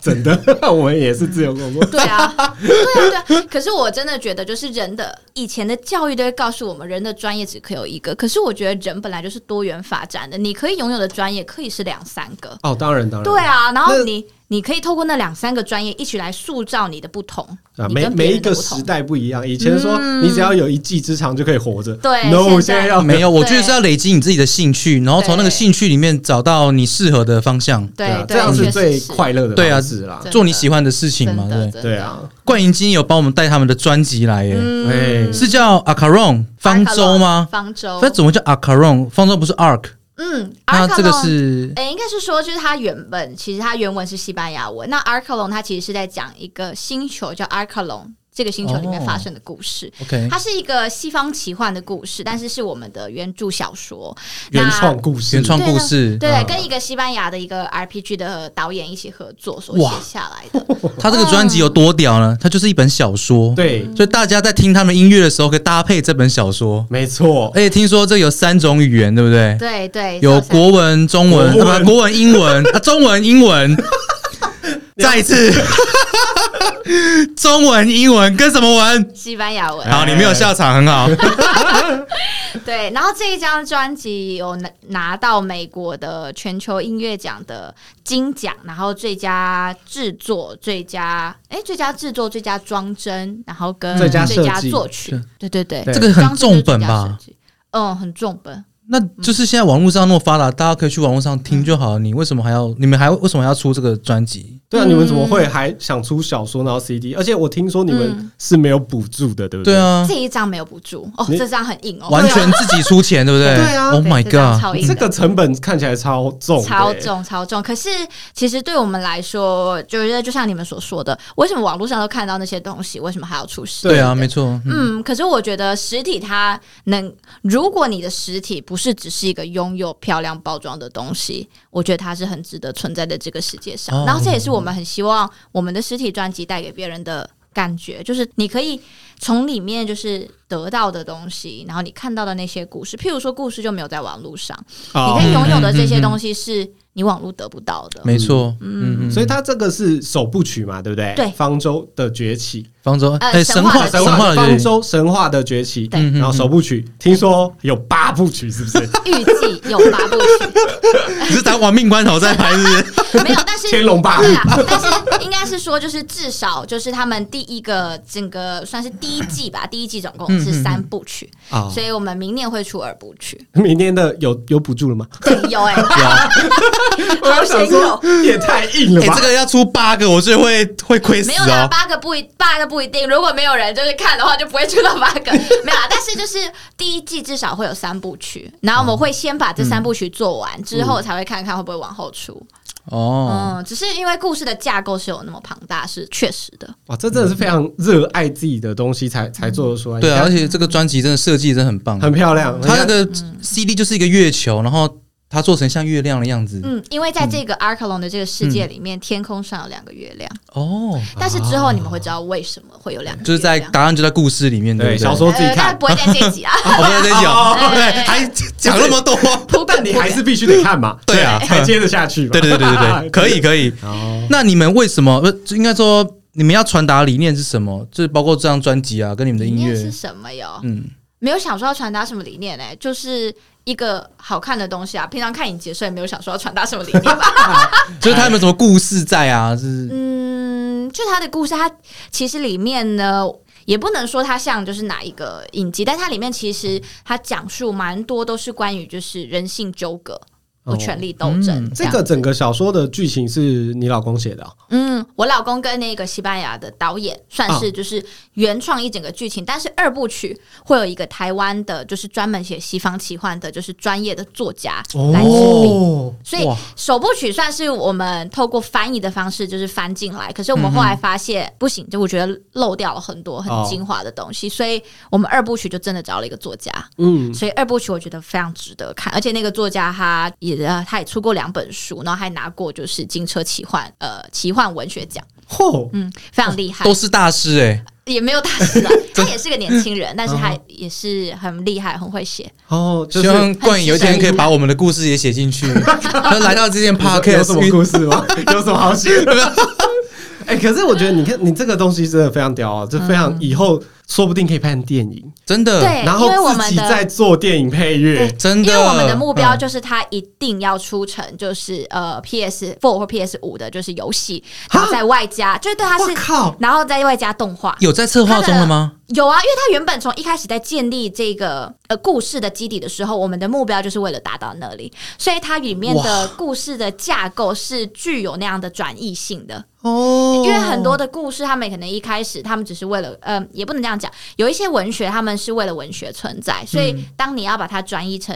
S1: 真的， 我们也是自由工作。
S3: 对啊，对啊，对啊。可是我真的觉得，就是人的以前的教育都会告诉我们，人的专业只可以有一个。可是我觉得人本来就是多元发展的，你可以拥有的专业可以是两三个。
S1: 哦，当然当然，
S3: 对啊，然后
S1: 那
S3: 你你可以透过那两三个专业一起来塑造你的不同，
S1: 啊，
S3: 你
S1: 每
S3: 跟别
S1: 每一
S3: 人的
S1: 个
S3: 不同嗯
S1: 时代不一样。以前说你只要有一技之长就可以活着，
S3: 对
S1: ，no，
S3: 现在
S1: 现在要
S2: 啊没有，我
S3: 对
S2: 觉得是要累积你自己的兴趣，然后从那个兴趣里面找到你适合的方向，
S3: 对
S1: 啊，
S3: 对，
S1: 这样
S3: 确
S1: 是
S3: 实
S1: 最
S3: 是
S1: 快乐的
S2: 对啊
S1: 方式啦
S3: 真。的
S2: 做你喜欢的事情
S3: 真
S2: 嘛，
S3: 的嗯
S2: 对。
S3: 真
S1: 对
S3: 的。
S1: 啊，
S2: 冠银金有帮我们带他们的专辑来耶，
S1: 哎，
S2: 是叫 Acaron 方舟吗？
S3: 方舟
S2: 那，怎么叫 Acaron？方舟不是 Arc？
S3: 嗯，
S2: 那
S3: Arcalon
S2: 这个是
S3: 诶，应该是说，就是它原本其实它原文是西班牙文。那 a r c a l o n 它其实是在讲一个星球叫 a r c a l o n 这个星球里面
S2: 哦
S3: 发生的故事。
S2: OK，
S3: 它是一个西方奇幻的故事，但是是我们的原著小说。那
S1: 原创故事，
S2: 原创故事，
S3: 对，
S1: 嗯
S3: 跟一个西班牙的一个 RPG 的导演一起合作所写
S2: 哇
S3: 下来的。
S2: 它这个专辑有多屌呢？它就是一本小说，，
S1: 对，
S2: 所以大家在听他们音乐的时候可以搭配这本小说。
S1: 没错
S3: 嗯
S2: 而，且听说这有三种语言，对不对？
S3: 对对，
S2: 有
S3: 这三
S2: 国文、中文，
S1: 国
S2: 啊
S1: 文
S2: 不，国文、英 文啊，中文、英文。再一次，中文、英文跟什么文？
S3: 西班牙
S1: 哎
S3: 文。
S2: 好，你没有下场，很好。
S3: 对，然后这一张专辑有拿拿到美国的全球音乐奖的金奖，然后最佳制作、最佳哎最佳制作、最佳装帧，然后跟
S1: 最佳设计
S3: 最佳作曲，对对对，
S1: 对
S2: 这个很重本
S3: 装帧
S2: 吧啊
S3: 是最佳设？计？嗯，很重本。
S2: 那就是现在网络上那么发达，大家可以去网络上听就好了。你为什么还要？你们还为什么要出这个专辑？
S1: 对啊，你们怎么会还想出小说然后 CD？而且我听说你
S3: 嗯
S1: 们是没有补助的，对不
S2: 对？啊
S3: 这，一张没有补助哦，
S1: 你
S3: 这张很硬哦，
S2: 完全自己出钱，对不对？
S1: 对啊
S2: o h
S3: 对
S2: my
S3: 这张
S2: god！
S3: 超硬
S1: 这
S3: 的。
S1: 个成本看起来超重的欸，
S3: 超重超重。可是其实对我们来说，就是就像你们所说的，为什么网络上都看到那些东西，为什么还要出事？
S2: 对啊，没错。嗯
S3: 嗯，可是我觉得实体它能，如果你的实体不是只是一个拥有漂亮包装的东西，我觉得它是很值得存在在这个世界上。
S2: 哦
S3: 然后这也是我们很希望我们的实体专辑带给别人的感觉，就是你可以从里面就是得到的东西，然后你看到的那些故事，譬如说故事就没有在网络上，
S1: 哦
S3: 你可以拥有的这
S2: 嗯嗯
S3: 些
S2: 嗯
S3: 东西是你网络得不到的。
S2: 没错。嗯嗯。
S1: 所以它这个是首部曲嘛，对不对？
S3: 对
S1: 方舟的崛起，
S2: 方舟，
S3: 呃
S2: 哎，
S3: 神
S2: 神
S3: 话
S2: 话，
S3: 的
S2: 神
S3: 神
S2: 话的
S1: 方
S2: 原
S1: 舟神话的崛起，
S3: 对
S2: 嗯
S1: 然后首部曲，听说有八部曲，是不 是？
S3: 预计有八部曲，
S2: 你是打亡命关头在拍，是不是？
S3: 啊没有，但 是
S1: 天龙八部
S3: 对啦，但是应该是说，就是至少就是他们第一个整个算是第一季吧，第一季总共是三部曲，
S1: 啊，
S3: 所以我们明年会出二部 曲。
S1: 明天的有有补助 了吗？
S3: 有哎、
S1: 我要想说，也太硬了
S2: 哎，
S1: 吧
S2: 这？个要出八个，我最会会亏死
S3: 没有啦，
S2: 哦。
S3: 八个不一八个不一定，如果没有人就是看的话，就不会出到八个。没有啦，但是就是第一季至少会有三部曲，然后我们会先把这三部曲做完之后，才会看看会不会往后出。
S2: 哦，
S3: 嗯，只是因为故事的架构是有那么庞大，是确实的。
S1: 哇，这真的是非常热爱自己的东西才才做得出来。
S2: 对啊，而
S1: 你
S2: 且这个专辑真的设计真的很棒
S1: 嗯看，很漂亮。
S2: 它那个 CD 就是一个月球，然后它做成像月亮的样子。
S3: 嗯，因为在这个 a r c a l o n 的这个世界里面，天空上有两个月亮。
S2: 哦，
S3: 但是之后你们会知道为什么会有两个月亮，
S2: 就是在答案就在故事里面，对
S1: 对
S2: 不对？
S1: 小说自己
S3: 呃，但
S1: 看，
S3: 不会在这一 集啊。
S2: 哦，不是在
S1: 哦
S2: 讲，对，
S3: 对
S2: 还讲那么多。
S1: 但你还是必须得看嘛，
S2: 对啊
S1: 才接得下去嘛。
S2: 对对对对对，可以可以。
S1: 哦，
S2: 那你们为什么？不是应该说你们要传达的理念是什么？就是包括这张专辑啊，跟你们的
S3: 理
S2: 音
S3: 念是
S2: 乐，
S3: 什么哟？
S2: 嗯，
S3: 没有想说要传达什么理念呢、就是一个好看的东西啊。平常看影集，所以没有想说要传达什么理念吧。
S2: 就是他有没有什么故事在啊？是
S3: 嗯，就它的故事，它其实里面呢。也不能说它像就是哪一个影集，但它里面其实它讲述蛮多都是关于就是人性纠葛和
S1: 哦
S3: 权力斗争、
S2: 嗯
S1: 这个整个小说的剧情是你老公写的哦、
S3: 嗯，我老公跟那个西班牙的导演算是就是原创一整个剧情，但是二部曲会有一个台湾的，就是专门写西方奇幻的，就是专业的作家来执笔。
S2: 哦，
S3: 所以
S2: 哇
S3: 首部曲算是我们透过翻译的方式就是翻进来，可是我们后来发现、不行，就我觉得漏掉了很多很精华的东西，所以我们二部曲就真的找了一个作家，
S1: 嗯，
S3: 所以二部曲我觉得非常值得看，而且那个作家他也呃他也出过两本书，然后还拿过就是金车奇幻呃奇幻文学奖，
S1: 嚯，
S3: 嗯，非常厉害
S2: 都，是大师哎、
S3: 也没有大师 啊，他也是个年轻人，但是
S2: 嗯
S3: 他也是很厉害，很会写，
S1: 哦，就
S2: 希
S1: 是
S2: 望冠颖有一天可以把我们的故事也写进去。那来到这件
S1: 有什
S2: podcast，
S1: 么故事 吗？有什么好写的？ 哎、可是我觉得你看你这个东西真的非常屌啊，这非
S2: 嗯
S1: 常、以后说不定可以拍成电影，
S2: 真的，
S3: 对，
S1: 然
S3: 因
S1: 后
S3: 为我
S1: 自
S3: 们
S1: 己
S3: 的
S1: 再做电影配乐。
S2: 真
S3: 因
S2: 的，
S3: 为我们的目标
S2: 嗯
S3: 就是它一定要出成就是呃 PS Four 或 PS 五的，就是游戏，然后再外加，就是对它
S1: 我
S3: 是，
S1: 靠！
S3: 然后再外加动画。
S2: 有在策划中了吗？
S3: 有啊，因为它原本从一开始在建立这个呃故事的基底的时候，我们的目标就是为了达到那里，所以它里面的故事的架构是具有那样的转移性的。
S1: 哦
S3: 因为很多的故事，他们可能一开始他们只是为了，呃，也不能这样讲，有一些文学他们是为了文学存
S2: 嗯
S3: 在，所以当你要把它转译成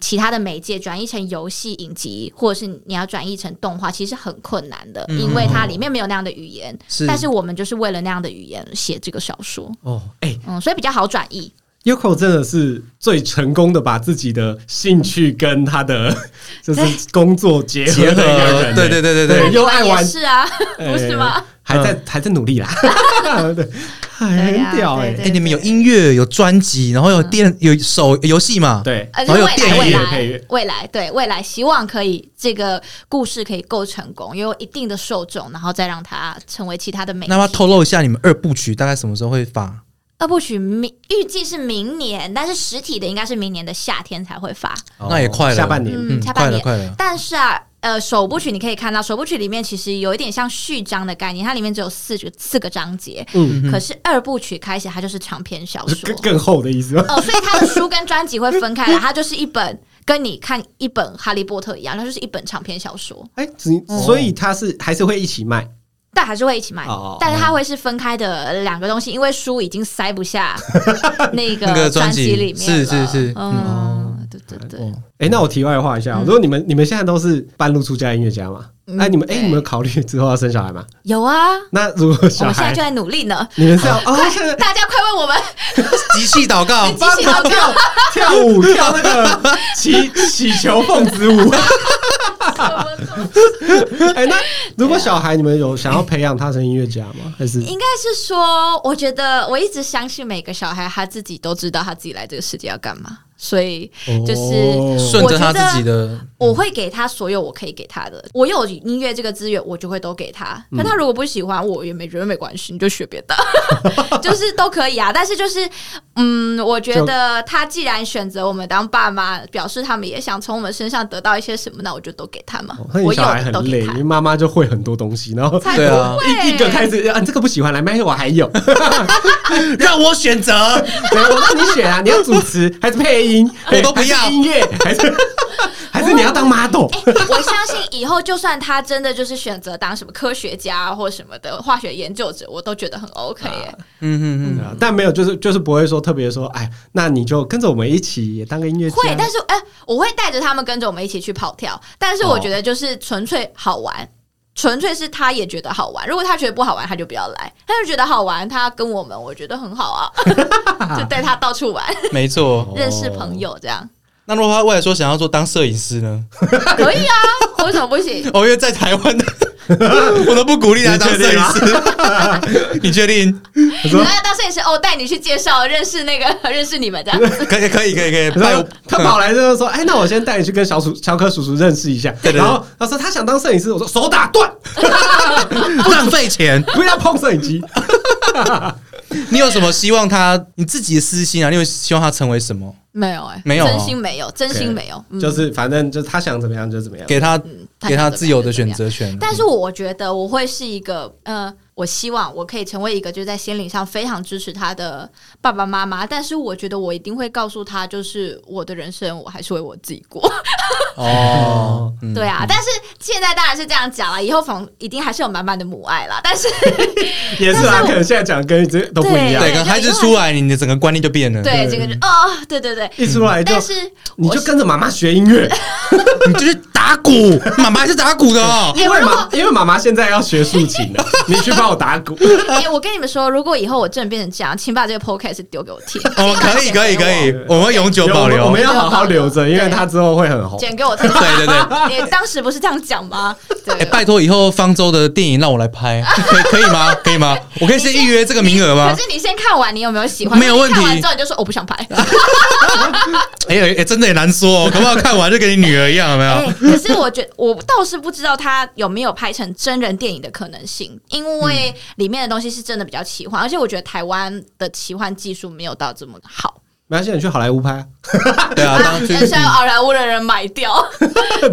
S3: 其他的媒介，转译成游戏、影集，或者是你要转译成动画，其实很困难的，
S2: 嗯
S3: 因为它里面没有那样的语言。
S2: 是
S3: 但是我们就是为了那样的语言写这个小说，
S1: 哦，哎、
S3: 嗯，所以比较好转译。
S1: y o k o 真的是最成功的把自己的兴趣跟他的 就是工作结合
S2: 结
S1: 的
S2: 合
S1: 一个人、，
S2: 对对对对嗯
S1: 对
S2: 对，
S1: 又爱玩
S3: 也是啊，
S1: 哎
S3: 不是吗？
S1: 还在、还在努力啦， 对，
S3: 对
S1: 很
S3: 啊
S1: 屌哎、
S3: 对对
S2: 哎，你们有音乐，有专辑，然后有电，有手游戏嘛？
S1: 对，
S3: 呃，
S2: 然后
S3: 未
S2: 有
S3: 来
S2: 电
S3: 未
S1: 影
S3: 来
S1: 配乐
S3: 未来对未来，希望可以这个故事可以够成功，有一定的受众，然后再让它成为其他的美
S2: 那要不要透露一下你们二部曲大概什么时候会发？
S3: 二部曲明预计是明年，但是实体的应该是明年的夏天才会发。
S2: 哦那也快了
S1: 下半年。
S3: 嗯
S2: 嗯，
S3: 下
S2: 快
S3: 半
S2: 了，
S3: 年
S2: 快了。
S3: 但是啊，呃，首部曲你可以看到，首部曲里面其实有一点像序章的概念，它里面只有四个四个章节。
S1: 嗯
S3: 嗯，可是二部曲开始它就是长篇小
S1: 是
S3: 说
S1: 更。更厚的意 思吗？
S3: 哦，所以它的书跟专辑会分开来，它就是一本跟你看一本《哈利波特》一样，它就是一本长篇小说，
S1: 哎、只所以它是还是会一起卖
S3: 但还是会一起买。
S1: 哦
S3: 但是
S2: 嗯
S3: 它会是分开的两个东西，因为书已经塞 不下那
S2: 那
S3: 个
S2: 个
S3: 专
S2: 专
S3: 辑
S2: 辑
S3: 里面
S2: 是是
S3: 了
S2: 是
S3: 嗯，对对对。
S2: 哦，
S1: 哎、那我题外话一下哦，如果你们你们现在都是半路出家音乐家嘛？哎、
S3: 嗯
S1: 你们哎、你
S3: 对
S1: 们有考虑之后要生小孩吗？
S3: 有啊，
S1: 那如果
S3: 我
S1: 小
S3: 们现在
S1: 孩
S3: 就，在努 力呢。
S1: 你们是要哦，现在
S3: 大家快为我们
S2: 集气祷告，
S3: 继续
S1: 跳
S3: 祷告，
S1: 跳跳舞跳那个 祈祈求奉子舞。哎、那如果小孩你们有想要培养他成音乐家吗？还是
S3: 应该是说，我觉得我一直相信每个小孩他自己都知道他自己来这个世界要干嘛，所以就是
S1: 哦
S2: 顺着他自己的，
S1: 嗯
S3: 我会给他所有我可以给他的。我有音乐这个资源，我就会都给他。
S1: 嗯
S3: 那他如果不喜欢，我也没觉得没关系，你就学别的， 就是都可以啊。但是就是，嗯，我觉得他既然选择我们当爸妈，表示他们也想从我们身上得到一些什么，那我就都给他嘛
S1: 哦。那
S3: 我
S1: 你
S3: 有
S1: 小孩
S3: 的都
S1: 很累，
S3: 给
S1: 因
S3: 他
S1: 为。妈妈就会很多东西，然后
S3: 才
S2: 对啊
S3: 不会
S1: 一一个开始啊，这个不喜欢，来麦我还有，
S2: 让我选 择，
S1: 对我让你选啊，你要主持还是配音， 哎
S2: 我都不要
S1: 还是音乐，还是 还是你要当 model。
S3: 哎我相信以后，就算他真的就是选择当什么科学家或什么的化学研究者，我都觉得很 OK
S1: 啊
S3: 耶。
S2: 嗯嗯嗯，
S1: 对啊但没有，就是就是不会说特别说，哎，那你就跟着我们一起也当个音乐家。
S3: 会，但是哎、我会带着他们跟着我们一起去跑跳，但是我觉得就是纯粹好玩。纯粹是他也觉得好玩，如果他觉得不好玩，他就不要来。他就觉得好玩，他跟我们，我觉得很好啊， 就带他到处玩，
S2: 没错。哦
S3: 认识朋友，这样
S2: 那如果他未来说想要做当摄影师呢？
S3: 可以啊，为什么不行？
S2: 哦，因为在台湾的 我都不鼓励他当摄影师。 你确定？
S1: 我
S3: 你
S1: 说
S3: 要当摄影师哦，带你去介绍认识那个 认识你们的，
S2: 可以，可以，可以，可以。拜
S1: 他
S2: 我
S1: 他跑来就是说，哎，那我先带你去跟小鼠乔克叔叔认识一下。
S2: 对对对
S1: 然后他说他想当摄影师，我说手打断，
S2: 浪费钱。
S1: 不要碰摄影机。
S2: 你有什么希望他？你自己的私心啊，你有希望他成为什么？
S3: 没有哎、
S2: 没有哦
S3: 真心没有，真心没有，嗯
S1: 就是反正就是他想怎么样就怎么样。
S2: 给他给他自由的选。
S3: 嗯
S2: 择权。
S3: 但是我觉得我会是一个，呃，我希望我可以成为一个就在心理上非常支持他的爸爸妈妈，但是我觉得我一定会告诉他，就是我的人生我还是为我自己过。
S2: 哦，嗯
S3: 对啊，但是现在当然是这样讲了，以后仿一定还是有满满的母爱啦。 但是
S1: 也是
S3: 但
S1: 啊，
S3: 是我
S1: 可能现在讲跟这都不一样
S2: 对，
S3: 对，
S2: 可能孩
S3: 就
S2: 子
S3: 以后
S2: 出来，你的整个观念就变了。
S3: 对
S1: 对
S3: 这个就哦，对对
S2: 哎
S3: 对，
S1: 一出来就
S3: 但是
S1: 你
S3: 我
S1: 就跟着妈妈学音乐，
S2: 你就是打鼓，妈妈是打鼓的哦。
S3: 哎
S1: 因
S3: 我
S1: 为
S3: 如
S1: 妈
S3: 果
S1: 因为妈妈现在要学竖琴了，你去帮我打鼓。
S3: 哎，我跟你们说，如果以后我真的变成这样，请把这个 podcast 丢给我听。
S2: 哦，可以，可以，可以，我们会永久保
S1: 我
S2: 留
S1: 们。要好好留着，因为
S3: 对
S1: 他之后会 很红。
S3: 剪给我 听。
S2: 对对对。
S3: 你当时不是这样讲吗？对，
S2: 哎，拜托，以后方舟的电影让我来拍，可可以吗？可以吗？我可以先预约这个名额吗
S3: 可？是你先看完，你有没有喜欢？
S2: 啊没有问题啊
S3: 看完之后你就说我不想拍。
S2: 哎哎哎，真的也难说哦，搞不好看完就跟你女儿一样，有没
S3: 哎
S2: 有？
S3: 可是我觉我倒是不知道他有没有拍成真人电影的可能性，因为里面的东西是真的比较奇嗯幻，而且我觉得台湾的奇幻技术没有到这么好，
S1: 没关系，你去好莱坞拍啊。
S2: 对啊，当
S3: 但是要好莱坞的人买 掉。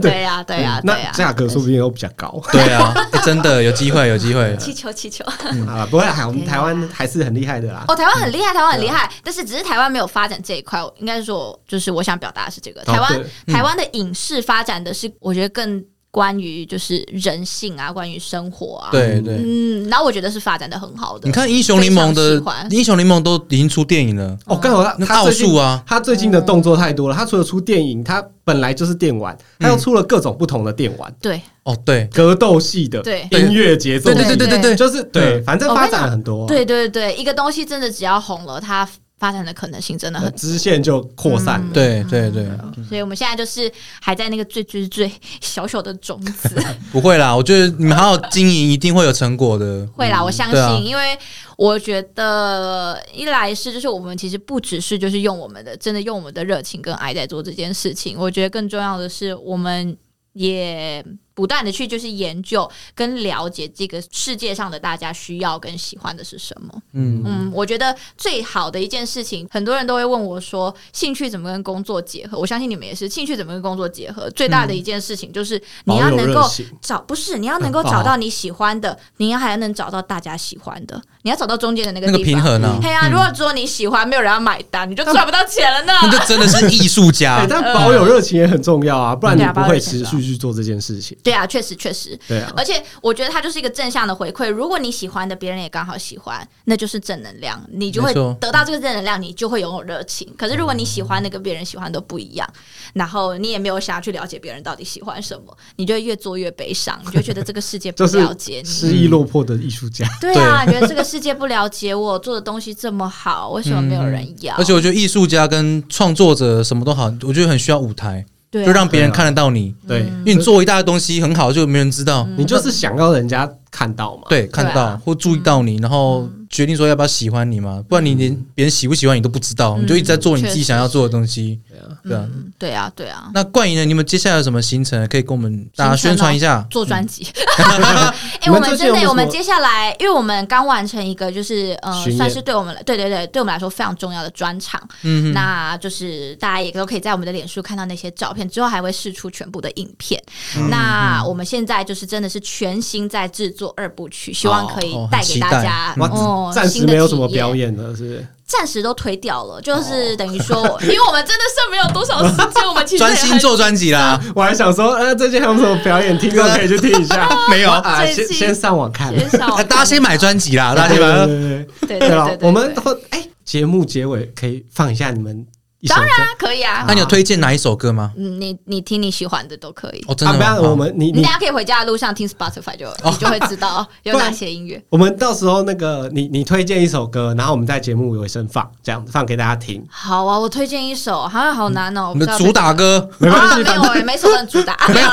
S3: 对呀，对
S2: 嗯
S3: 呀，对
S1: 嗯
S3: 啊
S1: 那
S3: 呀。
S1: 价格说不定又比较 高
S2: 对啊，哎真的有机会，有机会。
S3: 气球，气球。
S1: 啊。不会啦，我们台湾还是很厉害的啦。
S3: 哦，台湾很厉害，台湾很厉
S2: 啊
S3: 害，但是只是台湾没有发展这一块。我应该说，就是我想表达的是这个，
S1: 哦
S3: 台湾、
S1: 对
S2: 嗯
S3: 台湾的影视发展的是，我觉得更关于就是人性啊，关于生活啊。，
S2: 对对，
S3: 嗯，然后我觉得是发展的很好的。
S2: 你看《英雄联盟》
S3: 非常
S2: 的
S3: 喜
S2: 《
S3: 欢
S2: 英雄联盟》都已经出电影了，
S1: 哦，刚好他
S2: 那
S1: 他
S2: 奥
S1: 最近
S2: 数啊，
S1: 他最近的动作太多了。他除了出电影，他本来就是电玩，他又出了各种不同的电玩，
S3: 对，
S2: 哦对，
S1: 格斗系的
S3: 对、
S1: 音乐节奏
S2: 对
S1: 系的，
S2: 对对对对对，
S1: 就是
S2: 嗯
S1: 对，反正
S3: 我跟
S1: 发
S3: 你讲
S1: 展了很多啊。
S3: 哦对对对，一个东西真的只要红了，它发展的可能性真的很。嗯
S1: 支线就扩散了。
S2: 对对对，
S3: 所以我们现在就是还在那个最最最小小的种子。
S2: 不会啦，我觉得你们好好经营，一定会有成果的。
S3: 会
S1: 嗯
S3: 啦，我相信，
S2: 对啊
S3: 因为我觉得一来是就是我们其实不只是就是用我们的真的用我们的热情跟爱在做这件事情，我觉得更重要的是我们也不断的去就是研究跟了解这个世界上的大家需要跟喜欢的是什么。
S2: 嗯，
S3: 嗯，我觉得最好的一件事情，很多人都会问我说，兴趣怎么跟工作结合？我相信你们也是，兴趣怎么跟工作结合？最大的一件事情就是你
S1: 嗯保
S3: 要
S1: 有
S3: 能
S1: 热
S3: 够
S1: 情
S3: 找，不是你要
S2: 嗯
S3: 能够
S2: 哦
S3: 找到你喜欢的，你要还能找到大家喜欢的，你要找到中间的那个
S2: 那个
S3: 地
S2: 平
S3: 方。
S2: 衡啊，
S3: 对啊，如果只有你喜欢，没有人要买单，你就赚不到钱了呢。
S2: 那就真的是艺术
S1: 对
S2: 家，。
S1: 但保有热情也很重要啊，不然你
S3: 对啊
S1: 不
S3: 保有热
S1: 会
S3: 情
S1: 持续去做这件事情。
S3: 对啊，确实确实，
S1: 对啊，
S3: 而且我觉得它就是一个正向的回馈。如果你喜欢的，别人也刚好喜欢，那就是正能量，你就会
S2: 没错嗯
S3: 得到这个正能量，你就会拥有热情。可是如果你喜欢的跟别人喜欢都不一样，然后你也没有想要去了解别人到底喜欢什么，你就会越做越悲伤，你就会觉得这个 世界不
S1: 就是
S3: 了解你。
S1: 失意落魄的艺术家，
S3: 对啊，觉得这个世界不了解我做的东西这么好，为什么没有人要？
S2: 而且我觉得艺术家跟创作者什么都好，我觉得很需要舞台，
S3: 对啊、啊
S2: 就让别人看得到你。
S1: 对，
S2: 因为你做一大堆东西很好，就没人知道，
S3: 嗯
S1: 你就是想要人家看到嘛。
S2: 对，看到
S3: 啊
S2: 或注意到你，然
S3: 嗯
S2: 后决定说要不要喜欢你嘛，不然你连别人喜不喜欢你都不知道，你就一直在做你自己想要做的东西，对啊。
S3: 嗯对啊，对啊，
S2: 那冠莹呢？你们接下来有什么行程可以跟我们大家宣传一下？
S3: 做专辑。
S2: 嗯
S3: 哎、
S1: 你
S3: 我
S1: 们
S3: 们
S1: 最近
S3: 真
S1: 有没有什
S3: 的，
S1: 么
S3: 我们接下来，因为我们刚完成一个，就是呃
S1: 巡，演
S3: 算是对我们来，对对对，对我们来说非常重要的专场。
S2: 嗯哼，
S3: 那就是大家也都可以在我们的脸书看到那些照片，之后还会试出全部的影片。
S2: 嗯
S3: 那我们现在就是真的是全新在制作二部曲，希望可以
S2: 哦
S3: 带给大家
S1: 哇
S3: 哦，
S1: 暂
S3: 新
S1: 时
S3: 的
S1: 没有
S3: 体
S1: 什么表
S3: 验
S1: 演了，是不是？
S3: 暂时都推掉了，
S2: 哦
S3: 就是等于 说，因为我们真的剩没有多少时间，我们其实
S2: 专
S3: 也
S2: 心
S3: 很
S2: 做专辑啦，
S1: 我还想说，呃，最近还有什么表演，听众可以去听一下。
S2: 没有，
S1: 啊，
S3: 最
S1: 先
S3: 近
S1: 先上网看。
S3: 减少
S2: 啊 大家先买专辑啦，大家
S1: 对
S2: 先
S1: 对对对
S2: 买。
S3: 对
S1: 对
S3: 对对
S1: 了
S3: 对，，对
S1: 我们会哎，节目结尾可以放一下你们一首歌。
S3: 那可以啊
S2: 那，你有推荐哪一首歌吗？
S3: 嗯你你听你喜欢的都可以。
S2: 哦，真哦的
S1: 啊不
S2: 吗？
S1: 然我们你
S3: 你
S1: 你
S3: 大家可以回家的路上听 Spotify 就你就会知 道有哪些音乐。
S1: 我们到时候那个你你推荐一首歌，然后我们在节目尾声放，这样放给大家听。
S3: 好啊，我推荐一首，好像好难哦。
S2: 我们的嗯主打歌
S1: 没关
S3: 啊，
S1: 系，
S3: 没
S1: 反
S3: 有
S1: 正
S3: 欸，没什么主打，
S2: 没有，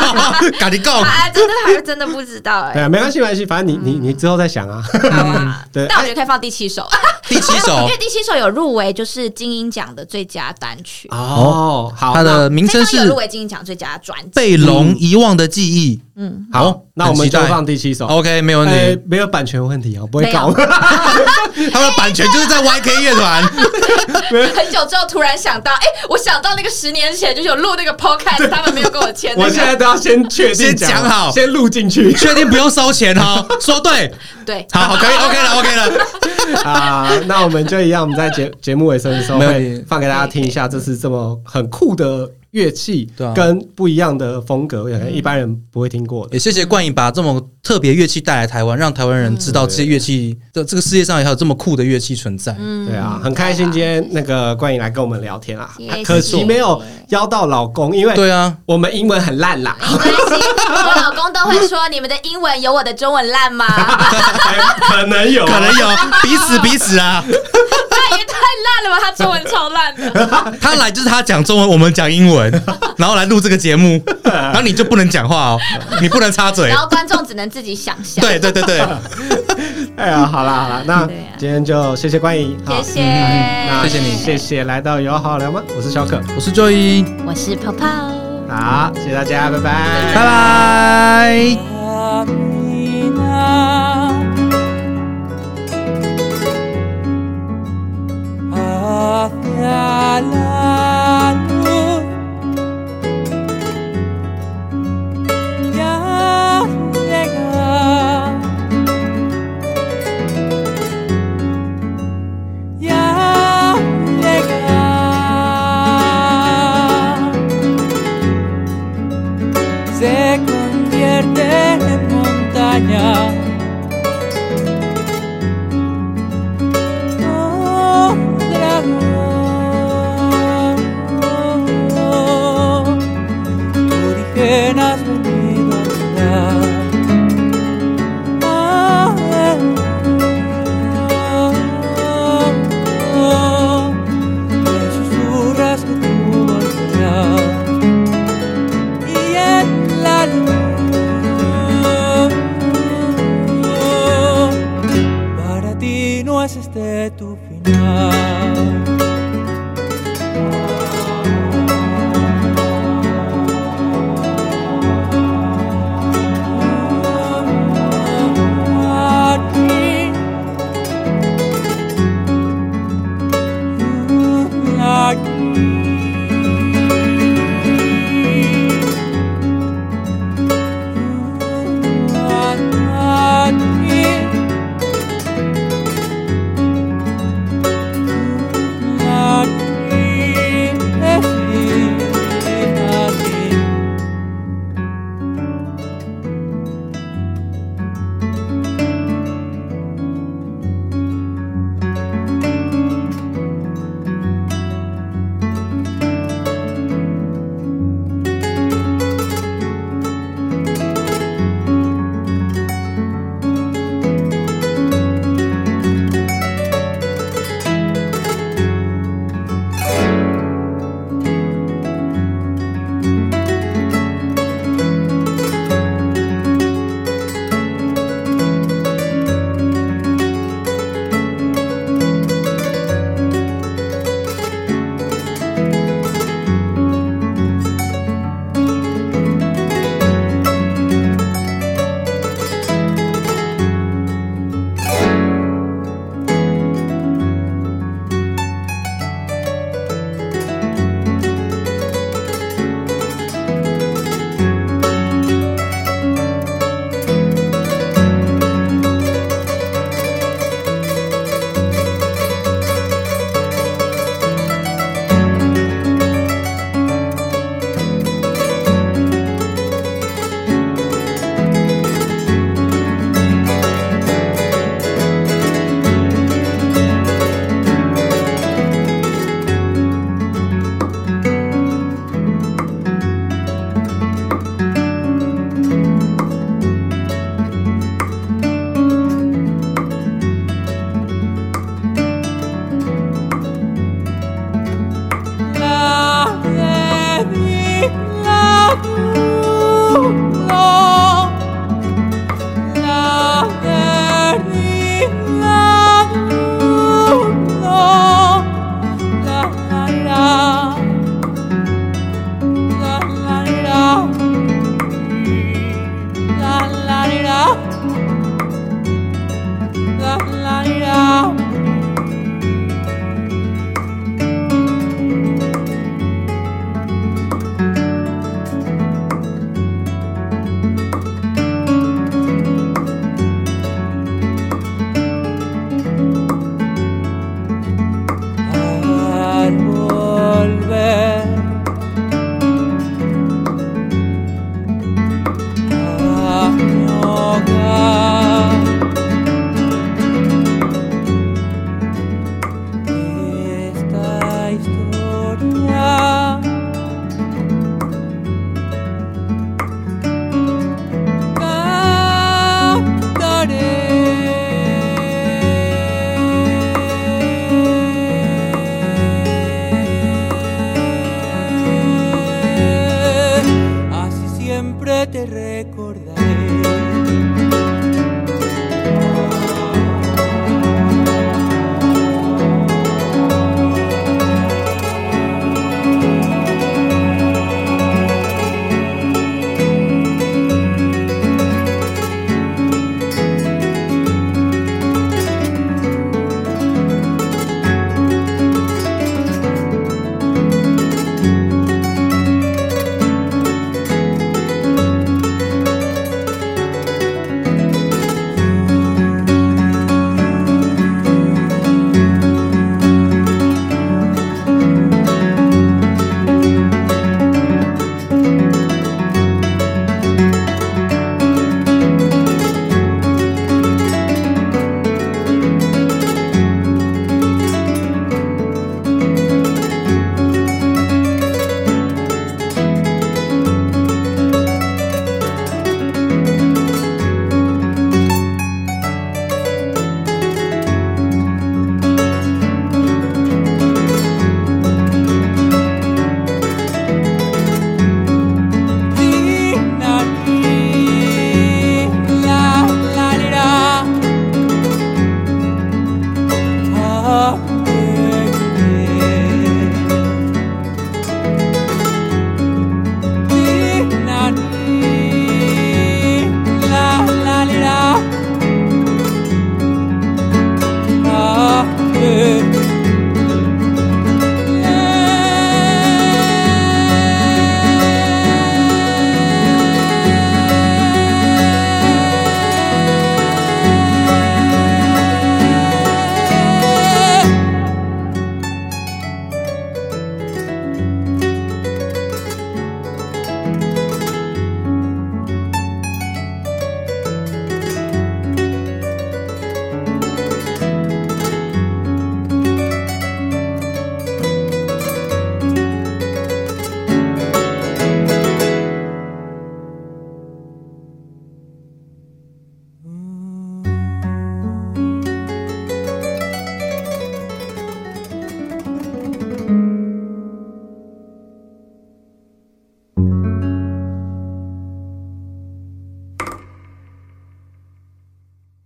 S2: 赶紧告。
S3: 啊，真的还是真的不知道
S1: 对
S3: 哎。
S1: 啊，没关系，没关系，反正你你你之后再想啊。
S3: 好啊，
S1: 对
S3: 但我觉得可以放第七首，
S2: 第嗯七 首
S3: 因为，第七首有入围就是金鹰奖的最佳单曲，
S1: 哦，好，
S2: 它的名
S3: 这
S2: 称
S3: 张有
S2: 是
S3: 入围金鹰奖最佳专
S2: 《
S3: 辑。
S2: 被龙遗忘的记忆
S3: 嗯，
S1: 那好
S2: 哦，
S1: 那我
S2: 很
S1: 们
S2: 期
S1: 就
S2: 待
S1: 放第七》。首。
S2: OK，没有问
S1: 呃
S2: 题。
S1: 没有版权问题啊，不会
S3: 没有
S1: 搞。
S2: 他们的版权就是在 YK 乐团，
S3: 很久之后突然想到，哎，我想到那个十年前就是有录那个 podcast，他们没有跟我 签那
S1: 我现
S3: 个，
S1: 在都要先确定
S2: 先讲好
S1: 先录进 去
S2: 确定不用收钱哦。说对，
S3: 对，
S2: 好好可以 ，OK 了，OK 了。
S1: 啊。那我们就一样，我们在节节目尾声的时候
S2: 没有
S1: 会放给大家听一下，这是这么很酷的乐器
S2: 对啊，嗯
S1: 跟不一样的风格，我想一般人不会听过的。
S2: 也谢谢冠颖把这么特别乐器带来台湾，让台湾人知道这些乐器，
S1: 嗯
S2: 这这个世界上还有这么酷的乐器存在。
S3: 嗯嗯
S1: 对啊，很开心今天那个冠颖来跟我们聊天啊
S3: 谢谢，
S1: 可惜没有邀到老公，因为
S2: 对啊，
S1: 我们英文很烂 啦。
S3: 没关系，我老公都会说你们的英文有我的中文 烂吗？
S1: 哎可能有，啊
S2: 可能有彼此彼此啊。
S3: 他也太烂了吧，他中文超烂的。
S2: 他来就是他讲中文，我们讲英 文，然后来录这个节目，然后你就不能讲话哦，你不能插嘴
S3: 然。后观众只能自己想象。
S2: 对对对对，
S1: 哎呀，好啦好啦，那
S3: 对啊
S1: 今天就谢谢冠颖，好嗯
S3: 谢谢，
S1: 那
S2: 谢谢
S3: 哎
S2: 你
S1: 谢谢来到有好好聊吗？我是小可，
S2: 我是 Joy，
S3: 我是泡泡。
S1: 好，谢谢大家，拜拜
S2: 拜。拜。
S4: Amina. Hacia la luz. Ya llega. Ya llega se convierte en montaña. Oh, dragón, tu origen has venido a dar. Ah, oh, oh, oh, me susurras que tú volverás y en la luz. Para ti no es este tu final. Martín. Martín. Thank you. que te recordé.